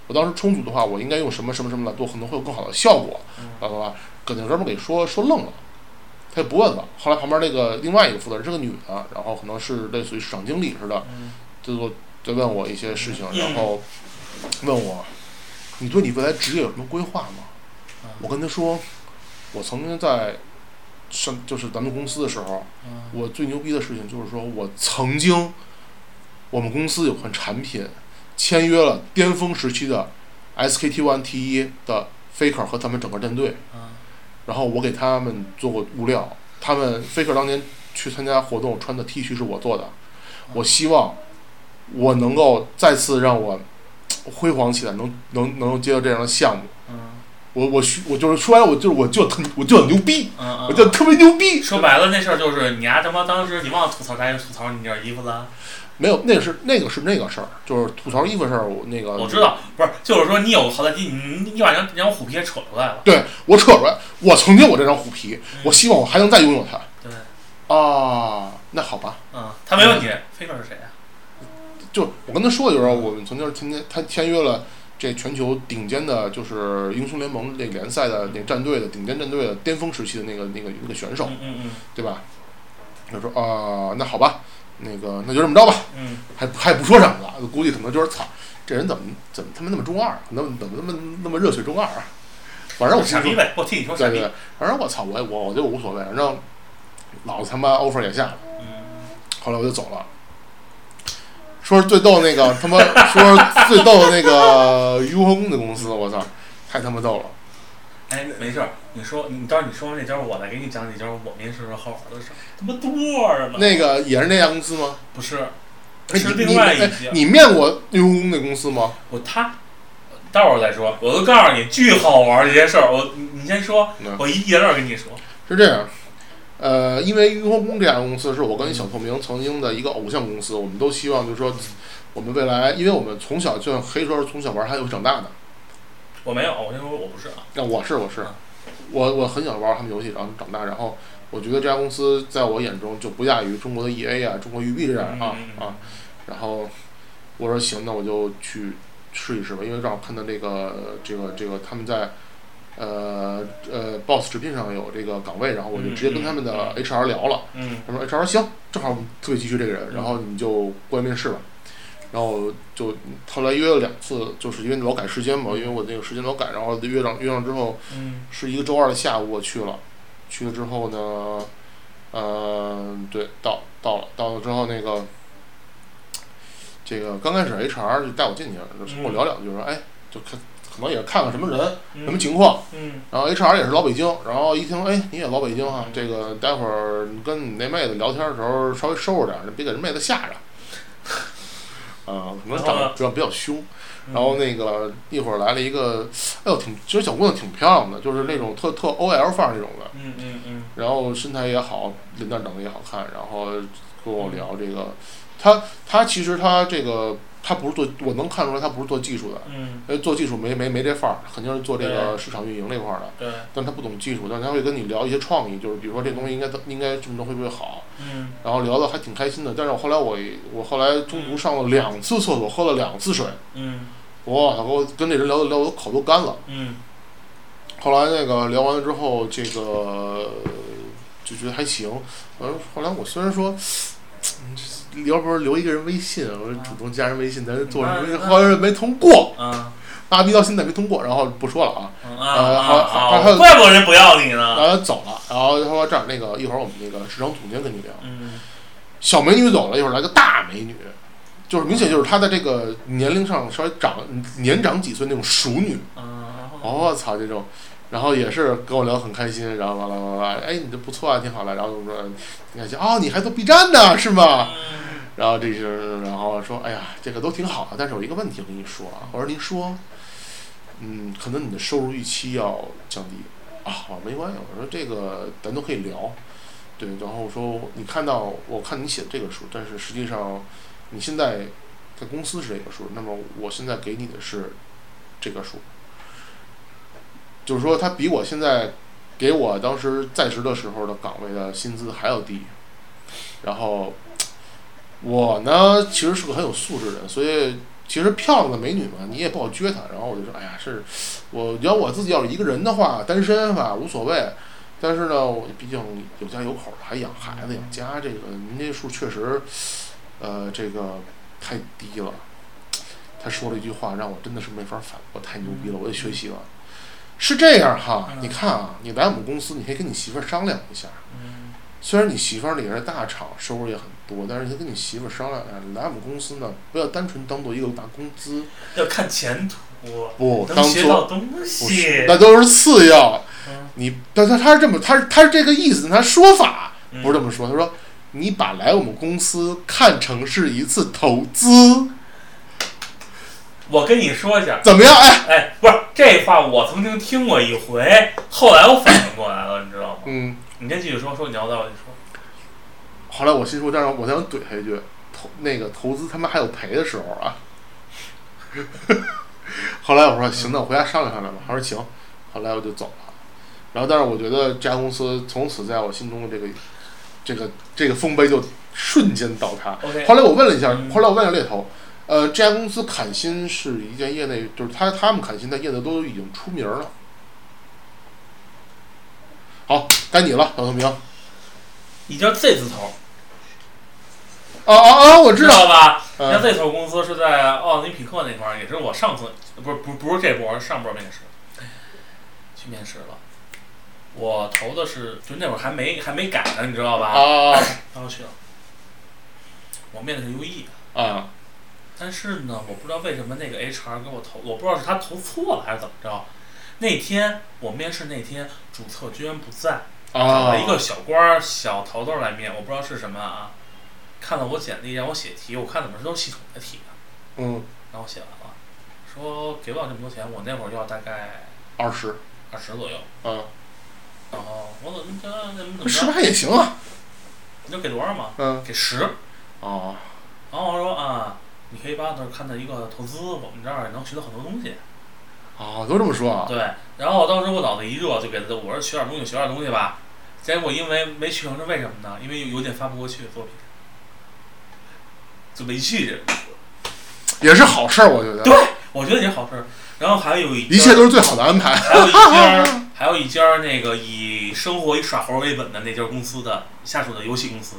我当时充足的话，我应该用什么什么什么来做，可能会有更好的效果。叭叭叭，给那哥们儿给说说愣了，他也不问了。后来旁边那个另外一个负责人是个女的，然后可能是类似于市场经理似的，
嗯，
就做就问我一些事情，
嗯
然后问我，你对你未来职业有什么规划吗？我跟他说，我曾经在上就是咱们公司的时候，
嗯，
我最牛逼的事情就是说我曾经我们公司有款产品签约了巅峰时期的 SKT One T 一的 Faker 和他们整个战队，
嗯，
然后我给他们做过物料，他们 Faker 当年去参加活动穿的 T 恤是我做的，我希望我能够再次让我嘖辉煌起来，能能能够接到这样的项目。
嗯，
我我需我就是说白了，我就是我就特我就很牛逼，
嗯，
我就特别牛逼。
说白了，那事儿就是你丫他妈当时你忘了吐槽啥，又吐槽你件衣服
啊
了。
没有，那个是那个是那个事儿，就是吐槽衣服事儿。我那个
我知，道，不是，就是说你有好歹你你你把那那张虎皮也扯出来了。
对我扯出来，我曾经我这张虎皮，我希望我还能再拥有它。
对，
啊，那好吧，
嗯，他没问你，飞哥是谁啊？
就我跟他说的时候，我们曾经签约，他签约了这全球顶尖的，就是英雄联盟这联赛的那战队的顶尖战队的巅峰时期的那个那个那个选手，
嗯嗯
对吧？他说啊、那好吧，那个那就这么着吧，
嗯嗯，
还还不说什么了，估计可能就是操，这人怎么怎么他妈那么中二，啊那么怎么那么那么热血中二啊？反正我心
傻
说
逼，呗，我替你说傻
对
逼
对。，反正我操，我我我觉得我无所谓，反正老子他妈 offer 也下了。
嗯，
后来我就走了。说是最逗那个 他妈，说是最逗那个 于和宫的公司，我操，太他妈逗了。
哎，没事儿，你说你到时候你说完这家，我再给你讲几家我面试时候好玩的事儿。他妈多着呢。
那个也是那家公司吗？
不是，
哎
嗯是
你
另外一
你哎
家。
你面过于和宫那公司吗？
我他，待会儿再说。我都告诉你，巨好玩儿这些事儿。我你你先说
嗯，
我一一点点儿跟你说。
是这样，呃，因为于和宫这家公司是我跟小透明曾经的一个偶像公司，我们都希望就是说，我们未来，因为我们从小就可以说是从小玩韩游长大的。
我没有，我先说我不是啊。
那我是我是
啊，
我我很想玩他们游戏，然后长大，然后我觉得这家公司在我眼中就不亚于中国的 EA 啊，中国育碧这样
嗯
啊
嗯嗯
啊。然后我说行，那我就去试一试吧，因为让我看到这个这个这个他们在呃呃 Boss 直聘上有这个岗位，然后我就直接跟他们的
嗯
HR 聊了。
嗯
他说 HR 行，正好我们特别急需这个人，然后你就过来面试吧。然后就后来约了两次，就是因为劳改时间嘛，因为我那个时间劳改，然后约上约上之后
嗯
是一个周二的下午我去了，去了之后呢，嗯，对，到到了到了之后那个。这个刚开始 HR 就带我进去，就跟我聊两句，说哎，就看可能也看看什么人、什么
嗯嗯
情况，
嗯
然后 HR 也是老北京，然后一听，哎，你也老北京啊，这个待会儿跟你那妹子聊天的时候稍微收拾点儿，别给人妹子 吓着。啊、可能
然后
长
呢
得比较比较凶，
嗯
然后那个一会儿来了一个，哎呦，挺其实小姑娘挺漂亮的，就是那种特特 OL 范儿那种的，
嗯嗯嗯
然后身材也好，人那长得也好看，然后跟我聊这个，她她其实她这个她不是做，我能看出来她不是做技术的，
嗯，
因为做技术没没没这范儿，肯定是做这个市场运营那块儿的。
对，
但他不懂技术，但是他会跟你聊一些创意，就是比如说这东西应该怎应该这么着会不会好，
嗯
然后聊的还挺开心的。但是我后来我我后来中途上了两次厕所，喝了两次水，
嗯
哇，给我跟这人聊的聊的口都干了。
嗯
后来那个聊完了之后，这个呃就觉得还行。完了后来我虽然说。嗯要不是留一个人微信，啊我说主动加人微信，咱做什么？后来没通过，
啊
阿逼到现在没通过，然后不说了啊。
啊啊
还还
啊！怪不得人不要你呢。
然后走了，然后他说这样，那个一会儿我们那个市场总监跟你聊。
嗯
小美女走了，一会儿来个大美女，就是明显就是她的这个年龄上稍微长年长几岁那种熟女。
啊，然后
我、哦操，这种，然后也是跟我聊得很开心，然后完了完了完了，哎，你这不错啊，挺好的。然后我说，你看，哦，你还做 B 站呢是吗？
嗯
然后这是，然后说，哎呀，这个都挺好的，但是有一个问题我跟你说啊，我说您说，嗯，可能你的收入预期要降低啊，我说没关系，我说这个咱都可以聊，对，然后我说你看到我看你写的这个数，但是实际上你现在在公司是这个数，那么我现在给你的是这个数，就是说他比我现在给我当时在职的时候的岗位的薪资还要低，然后。我呢，其实是个很有素质的人，所以其实漂亮的美女嘛，你也不好撅她。然后我就说，哎呀，是，我要我自己要是一个人的话，单身吧无所谓。但是呢，我毕竟有家有口儿，还养孩子养家，这个您这数确实，呃，这个太低了。他说了一句话，让我真的是没法反驳，太牛逼了，我得学习了。是这样哈，
嗯
你看啊，你来我们公司，你可以跟你媳妇儿商量一下，
嗯
虽然你媳妇儿呢也是大厂，收入也很多，但是他跟你媳妇儿商量一下，来我们公司呢，不要单纯当做一个拿工资，
要看前途，
不当
能学到
做
东
不
西
是，。那都是次要。
嗯
你，但他他是这么，他是他是这个意思，他说法
嗯
不是这么说，他说你把来我们公司看成是一次投资，
我跟你说一下，
怎么样？哎，
哎，不是这话，我曾经听过一回，后来我反应过来了，你知道吗？
嗯，
你先继续说，说你要到我就
后来我心说，但是我想怼他一句，投那个投资他妈还有赔的时候啊。 后来我说行，那我回家商量商量吧。他说行，后来我就走了。然后，但是我觉得这家公司从此在我心中的这个这个这个丰碑就瞬间倒塌。
说。OK，
后来我问了一下，
嗯
后来我问了猎头，呃，这家公司砍薪是一件业内，就是他他们砍薪在业内都已经出名了。好，该你了，小透明。啊
你叫 Z 字头，
啊啊！我知
知
道。
道吧？你
嗯
像 Z 头公司是在奥林匹克那块儿，也是我上次不是不是不是这波，是上波面试去面试了。我投的是，就那会儿还没还没改呢，你知道吧？
啊
然后去了，我面的是 E UE，
啊！
但是呢，我不知道为什么那个 HR 给我投，我不知道是他投错了还是怎么着。那天我面试那天，主策居然不在，找
啊，
了一个小官儿、小头头来面，我不知道是什么啊。看了我简历，让我写题，我看怎么是都是系统的题啊，
嗯，
然后我写完了，说给不了这么多钱，我那会儿要大概
二十，
二十左右。
嗯，
然后我怎么觉得怎么怎么
十
着？
八也行啊，
你就给多少嘛？
嗯，
给十。
哦，
然后我说啊，你可以把我那儿看作一个投资，我们这儿也能学到很多东西。
哦，都这么说啊，
对，然后当时我脑子一热，就给他，我说学点东西，学点东西吧。结果因为没学成，是为什么呢？因为邮邮件发不过去作品，就没去。
也是好事儿，我觉得，
对我觉得也好事儿。然后还有一
一
家
切都是最好的安排。
还有一 家，还有一家那个以生活、以耍猴为本的那家公司的下属的游戏公司，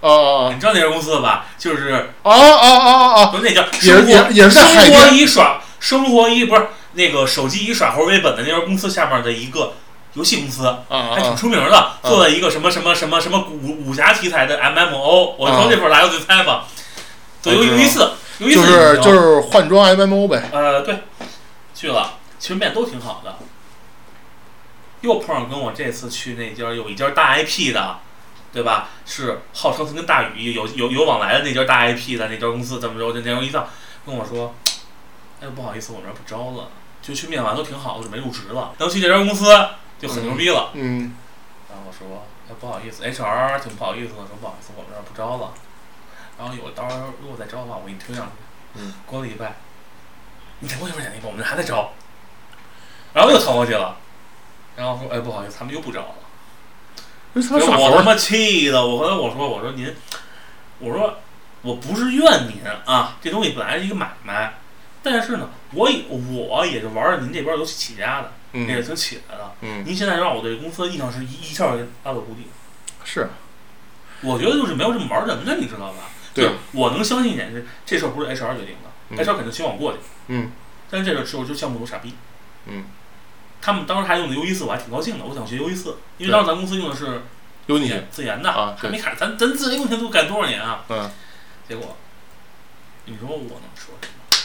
哦
你知道那家公司的吧？就是
哦哦哦哦，
不是那叫
也是
生
也
活
是也是在海
生活
边，
以耍生活以不是那个手机以耍猴为本的那家公司下面的一个游戏公司，
啊
还挺
啊
出名的，做了一个什么什么什么什么武武侠题材的 MMO。我
啊
从这份来我就猜吧，对，有有一次，有一次
就
你
是
知道
就是换装 MMO 呗，
呃，对，去了，其实面都挺好的。又碰上跟我这次去那家有一家大 IP 的，对吧？是号称曾跟大宇有有有往来的那家大 IP 的那家公司，怎么着？这内容一上跟我说，哎，不好意思，我们这儿不招了，就去面完都挺好，我准备入职了，能去这家公司就很牛逼了。
嗯，
然后我说，哎，不好意思，HR 挺不好意思的，说不好意思，我们这儿不招了。然后有到时候如果再招的话，我给你推上去。
嗯。
过了礼拜，你再过一会儿两礼拜，我们这还在招。然后又投过去了，然后说，哎，不好意思，他们又不招了。
这他
给
妈耍
我
猴
他
儿，
妈气的，我跟我说，我说您，我说我不是怨您啊，这东西本来是一个买卖，但是呢，我也我也是玩儿您这边儿游戏起家的，也
嗯
是挺起来的。
嗯，
您现在让我对公司的印象是一一下就拉到谷底。
是
我觉得就是没有这么玩人的，你知道吧？
对啊
就我能相信一点是，这事儿不是 HR 决定的、
嗯
h r 肯定希望我过去。
嗯。
但是这个时候就项目组傻逼。
嗯。
他们当时还用的 U 一四，我还挺高兴的，我想学 U 一四，因
对
为当时咱公司用的是
有
自
你
研自研的，
啊
还
对
没改，咱咱自研用前都改多少年啊？
嗯。
结果，你说我能说什么？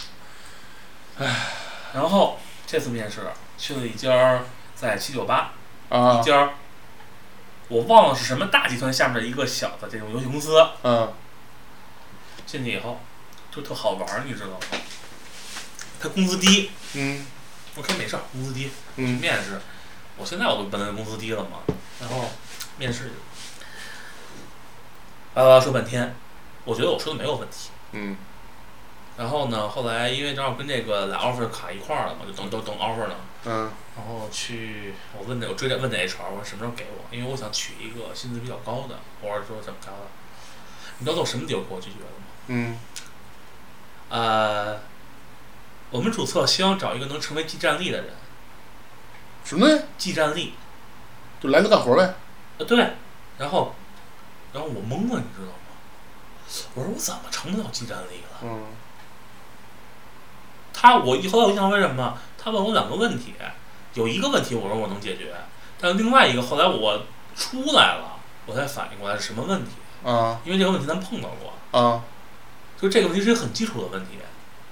唉。然后这次面试去了一家儿在七九八，
啊
一家儿，我忘了是什么大集团下面的一个小的这种游戏公司。
嗯
进去以后就特好玩儿，你知道吗？他工资低，
嗯
我说没事儿，工资低，
嗯
面试。我现在我都本来工资低了嘛，然后面试，巴拉巴拉说半天，我觉得我说的没有问题。
嗯
然后呢，后来因为正好跟这个俩 offer 卡一块儿了嘛，就等等等 offer 呢。
嗯
然后去我问那我追着问那 HR，我说什么时候给我？因为我想取一个薪资比较高的，我是说怎么着的？你知道我什么理由给我拒绝了吗？
嗯
呃，我们主策希望找一个能成为即战力的人，
什么东西？
即战力，
就来这干活儿呗。
呃对，然后，然后我懵了，你知道吗？我说我怎么成不了即战力了？
嗯
他我后来我印象为什么？他问我两个问题，有一个问题我说我能解决，但另外一个后来我出来了，我才反应过来是什么问题。
啊
因为这个问题咱碰到过，
啊，
就这个问题是一个很基础的问题，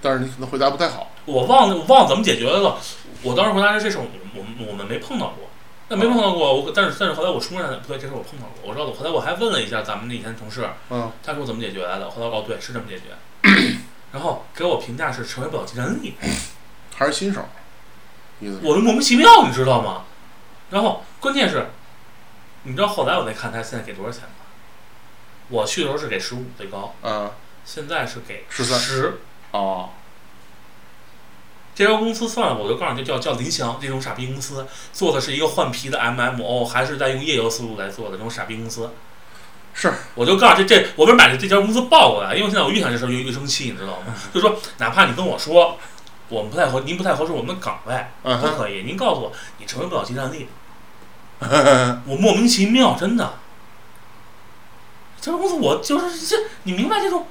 但是你可能回答不太好。
我忘了我忘了怎么解决了。我当时回答是这事儿我们我们我们没碰到过，那没碰到过，我但是但是后来我出来了，不对，这事儿我碰到过，我知道了。后来我还问了一下咱们那以前同事，
嗯
他说怎么解决来的，后来我哦对是这么解决， 然后给我评价是成为不了竞争力，
还是新手，意思是
我都莫名其妙，你知道吗？然后关键是，你知道后来我再看他现在给多少钱吗？我去的时候是给十五最高，
啊
现在是给
13
十。
哦
这家公司算了，我就告诉你，就叫叫林翔这种傻逼公司，做的是一个换皮的 MMO，还是在用页游思路来做的这种傻逼公司。
是，
我就告诉这这，我们把这这家公司报过来，因为现在我越想这事儿越越生气，你知道吗？就说哪怕你跟我说，我们不太合，您不太合适我们的岗位，
嗯
都
哼
可以。您告诉我，你成为不了集战力，
嗯
我莫名其妙，真的。这家公司我就是这，你明白这种，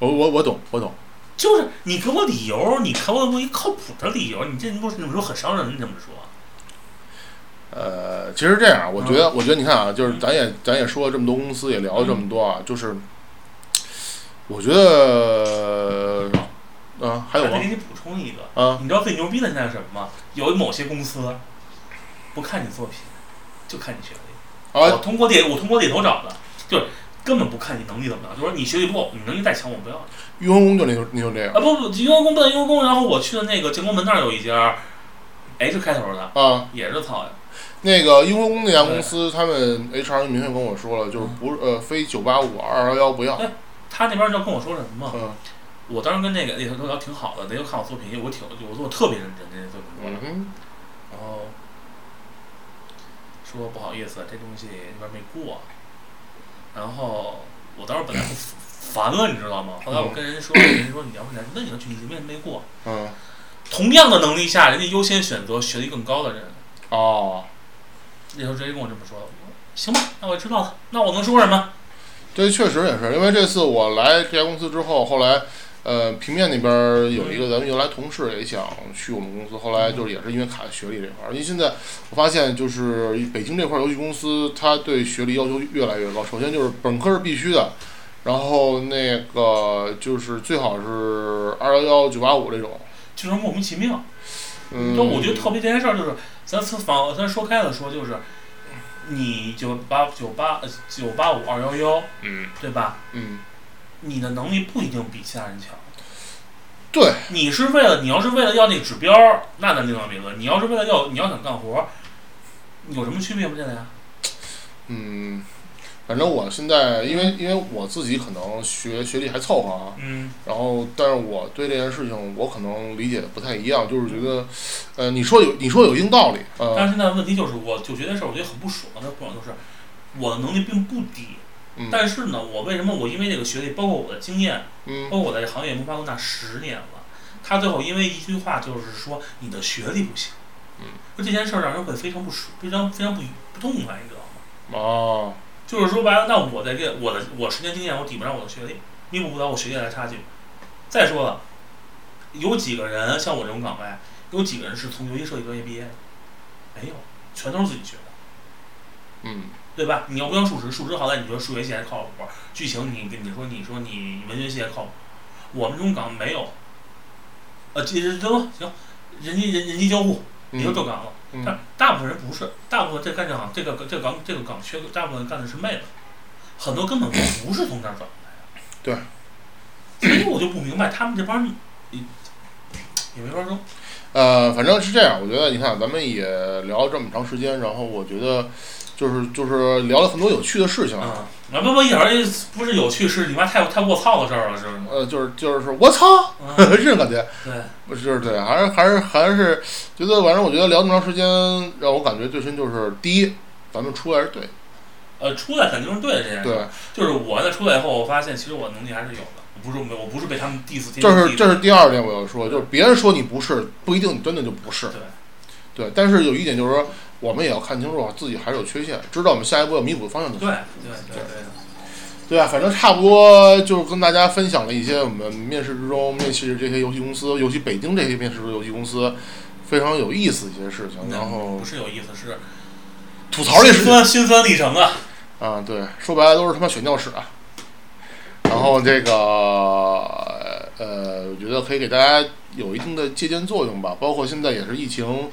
我我我懂我懂。
就是你给我理由，你给我一靠谱的理由，你这不是你说很伤人，你怎么说？
呃，其实这样，我觉得，我觉得你看啊，就是咱也咱也说了这么多公司，也聊了这么多啊，就是我觉得，啊，还有
再
吗
给？你补充一个，
啊
你知道最牛逼的现在是什么吗？有某些公司不看你作品，就看你学历。我
啊
通过猎，我通过猎头找的，就是根本不看你能力怎么样，就说你学历不够，你能力再强我不要你。
雍和宫就那那就这样
啊不不，因为工不能因为工，然后我去的那个建国门那儿有一家 H 开头的，
啊。
也是操呀，
那个雍和宫那家公司，他们 HR 明确跟我说了，就是不是呃，非九八五二幺幺不要。
他那边就跟我说什么嘛，
嗯
我当时跟那个猎头聊挺好的，人家看我作品，我挺我做得特别认真，人家作品说了
嗯哼
然后说不好意思，这东西那边没过。然后我当时本来就烦了，你知道吗？后来我跟人说，人家说你要不然问你要去，你为什么没过？
嗯
同样的能力下，人家优先选择学历更高的人。
哦，
那时候直接跟我这么说，我说行吧，那我知道了，那我能说什么？
这确实也是，因为这次我来这家公司之后，后来，呃，平面那边儿有
嗯
一个咱们原来同事也想去我们公司，后来就是也是因为卡学历这块儿，因为现在我发现就是北京这块儿游戏公司，它对学历要求越来越高，首先就是本科是必须的，然后那个就是最好是二幺幺九八五这种，
就是莫名其妙。
嗯，
就我觉得特别这件事儿，就是咱咱反咱说开了说，就是你九八九八九八五二幺幺，
嗯
对吧？
嗯，
你的能力不一定比其他人强。
对，
你是为了你要是为了要那个指标，那咱另当别论。你要是为了要你要想干活，有什么区别不现在啊？
嗯，反正我现在因为因为我自己可能学学历还凑合啊，
嗯，
然后，但是我对这件事情，我可能理解不太一样，就是觉得，呃，你说有，你说有一定道理，
但
呃，
是现在问题就是，我就觉得这事儿，我觉得很不爽的不爽就是，我的能力并不低，
嗯
但是呢，我为什么我因为这个学历，包括我的经验，包
嗯
括我在这行业摸爬滚打十年了，他最后因为一句话就是说你的学历不行，
嗯，
就这件事儿让人会非常不舒，非常非常不不痛快，你知道吗？
哦，
就是说白了，那我在这我的我十年经验，我抵不上我的学历，弥补不了我学历的差距。再说了，有几个人像我这种岗位，有几个人是从游戏设计专业毕业的？没有，全都是自己学的，
嗯
对吧？你要不像数值，数值好歹你说数学系还靠谱，剧情你你说你说你文学系还靠谱，我们这种岗没有。呃，这这都行，人机人人机交互，你就
嗯
这岗了。但
嗯
大部分人不是，大部分这干这行，这个这个岗这个岗缺，大部分干的是妹子，很多根本不是从这儿转过来的。对，所以我就不明白他们这帮人也也没法说。
呃，反正是这样，我觉得你看，咱们也聊这么长时间，然后我觉得，就是就是聊了很多有趣的事情，
啊，啊不不，一点儿也不是有趣，是你妈太太卧槽的事儿了，是不是？
呃，就是就是我操，
嗯，
这种感觉，
对，
不是对，还是还是还是觉得，反正我觉得聊这么长时间，让我感觉最深就是，第一，咱们出来是对的，
呃，出来肯定是对的这件事。
对，
就是我在出来以后，我发现其实我能力还是有的，我不是没有我不是被他们 diss 天天
这是
diss
这是第二点我要说，就是别人说你不是，不一定你真的就不是。
对
对，但是有一点就是说，我们也要看清楚啊自己还是有缺陷，知道我们下一步要弥补的方向就
对
行。
对对对的。
对啊，反正差不多就是跟大家分享了一些我们面试之中面试这些游戏公司，尤其北京这些面试的游戏公司非常有意思的一些事情，
那
然后
嗯不是有意思，是
吐槽
心
这事
酸心酸历程啊。
啊，对，说白了都是他妈血尿屎啊。然后这个呃，我觉得可以给大家有一定的借鉴作用吧。包括现在也是疫情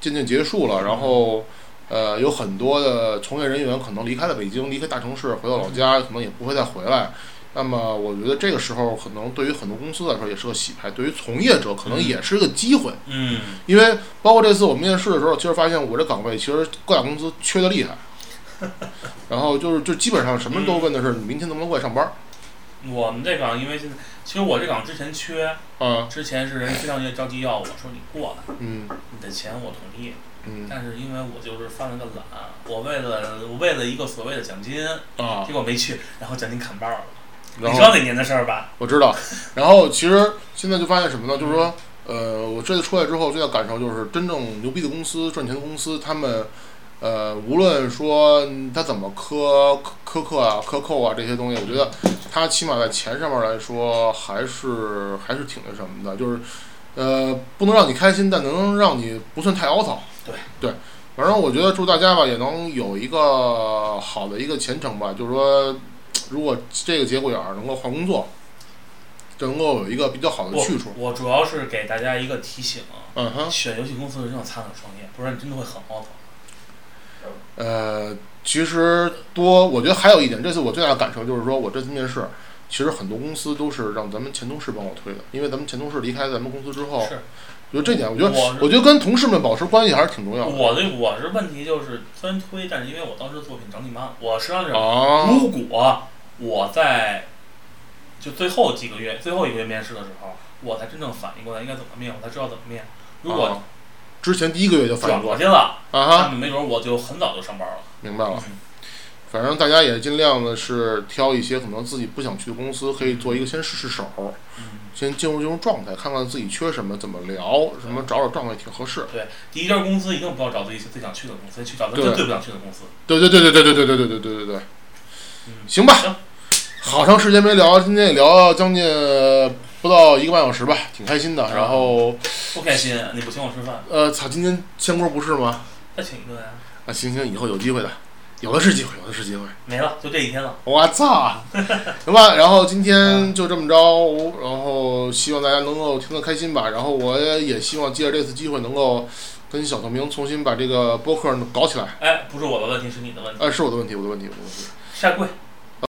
渐渐结束了，然后呃，有很多的从业人员可能离开了北京，离开大城市，回到老家，可能也不会再回来。那么我觉得这个时候，可能对于很多公司来说也是个洗牌，对于从业者可能也是个机会。
嗯，
因为包括这次我面试的时候，其实发现我这岗位其实各大公司缺的 厉害，然后就是就基本上什
嗯
么都问的是你明天能不能过来上班儿
我们这岗因为现在，其实我这岗之前缺，
啊，
之前是人非常着急要我说你过来，
嗯
你的钱我同意，
嗯
但是因为我就是犯了个懒，我为了我为了一个所谓的奖金，
啊
结，果没去，然后奖金砍半了。你
然
知
后
道哪年的事儿吧？
我知道，然后其实现在就发现什么呢？就是说，呃，我这次出来之后最大感受就是，真正牛逼的公司、赚钱的公司，他们呃，无论说他怎么苛苛刻啊、克扣啊这些东西，我觉得他起码在钱上面来说，还是还是挺那什么的，就是呃，不能让你开心，但能让你不算太凹槽。
对
对，反正我觉得祝大家吧，也能有一个好的一个前程吧。就是说，如果这个节骨眼儿能够换工作，就能够有一个比较好的
不
去处。，
我主要是给大家一个提醒，
嗯哼。
选游戏公司的人要擦亮双眼，不然你真的会很懊恼。
呃，其实多，我觉得还有一点，这次我最大的感受就是说，我这次面试，其实很多公司都是让咱们前同事帮我推的，因为咱们前同事离开咱们公司之后，
是
我觉得这点，我觉得
我是
我觉得跟同事们保持关系还是挺重要的。
我的我是问题就是虽然推，但是因为我当时作品整体慢，我实际上是
啊，
如果我在就最后几个月、最后一个月面试的时候，我才真正反应过来应该怎么面，我才知道怎么面。如果
啊之前第一个月就反应
转
过
过
来
去了，
啊
那
哈，
没准我就很早就上班了。
明白了。
嗯
反正大家也尽量的是挑一些可能自己不想去的公司，可以做一个先试试手，
嗯，
先进入这种状态，看看自己缺什么，怎么聊，什么找找状态挺合适。
第一家公司一定不要找自己最想去的公司，去找自己
对
最不想去的公司。
对对对对对对对对对对对对对，
嗯，
行吧。
行
好长时间没聊，今天也聊了将近不到一个半小时吧，挺开心的。然后，
不开心，你不请我吃饭，
呃，操，今天香锅不是吗？
再请一顿啊，
啊，行行，以后有机会的，有的是机会，有的是机会。
没了，就这一天了。
我操， 行吧，然后今天就这么着，然后希望大家能够听得开心吧。然后我也希望借着这次机会能够跟小透明重新把这个播客搞起来。
哎，不是我的问题，是你的问题。
呃哎，是我的问题，我的问题，我的问题。
下跪，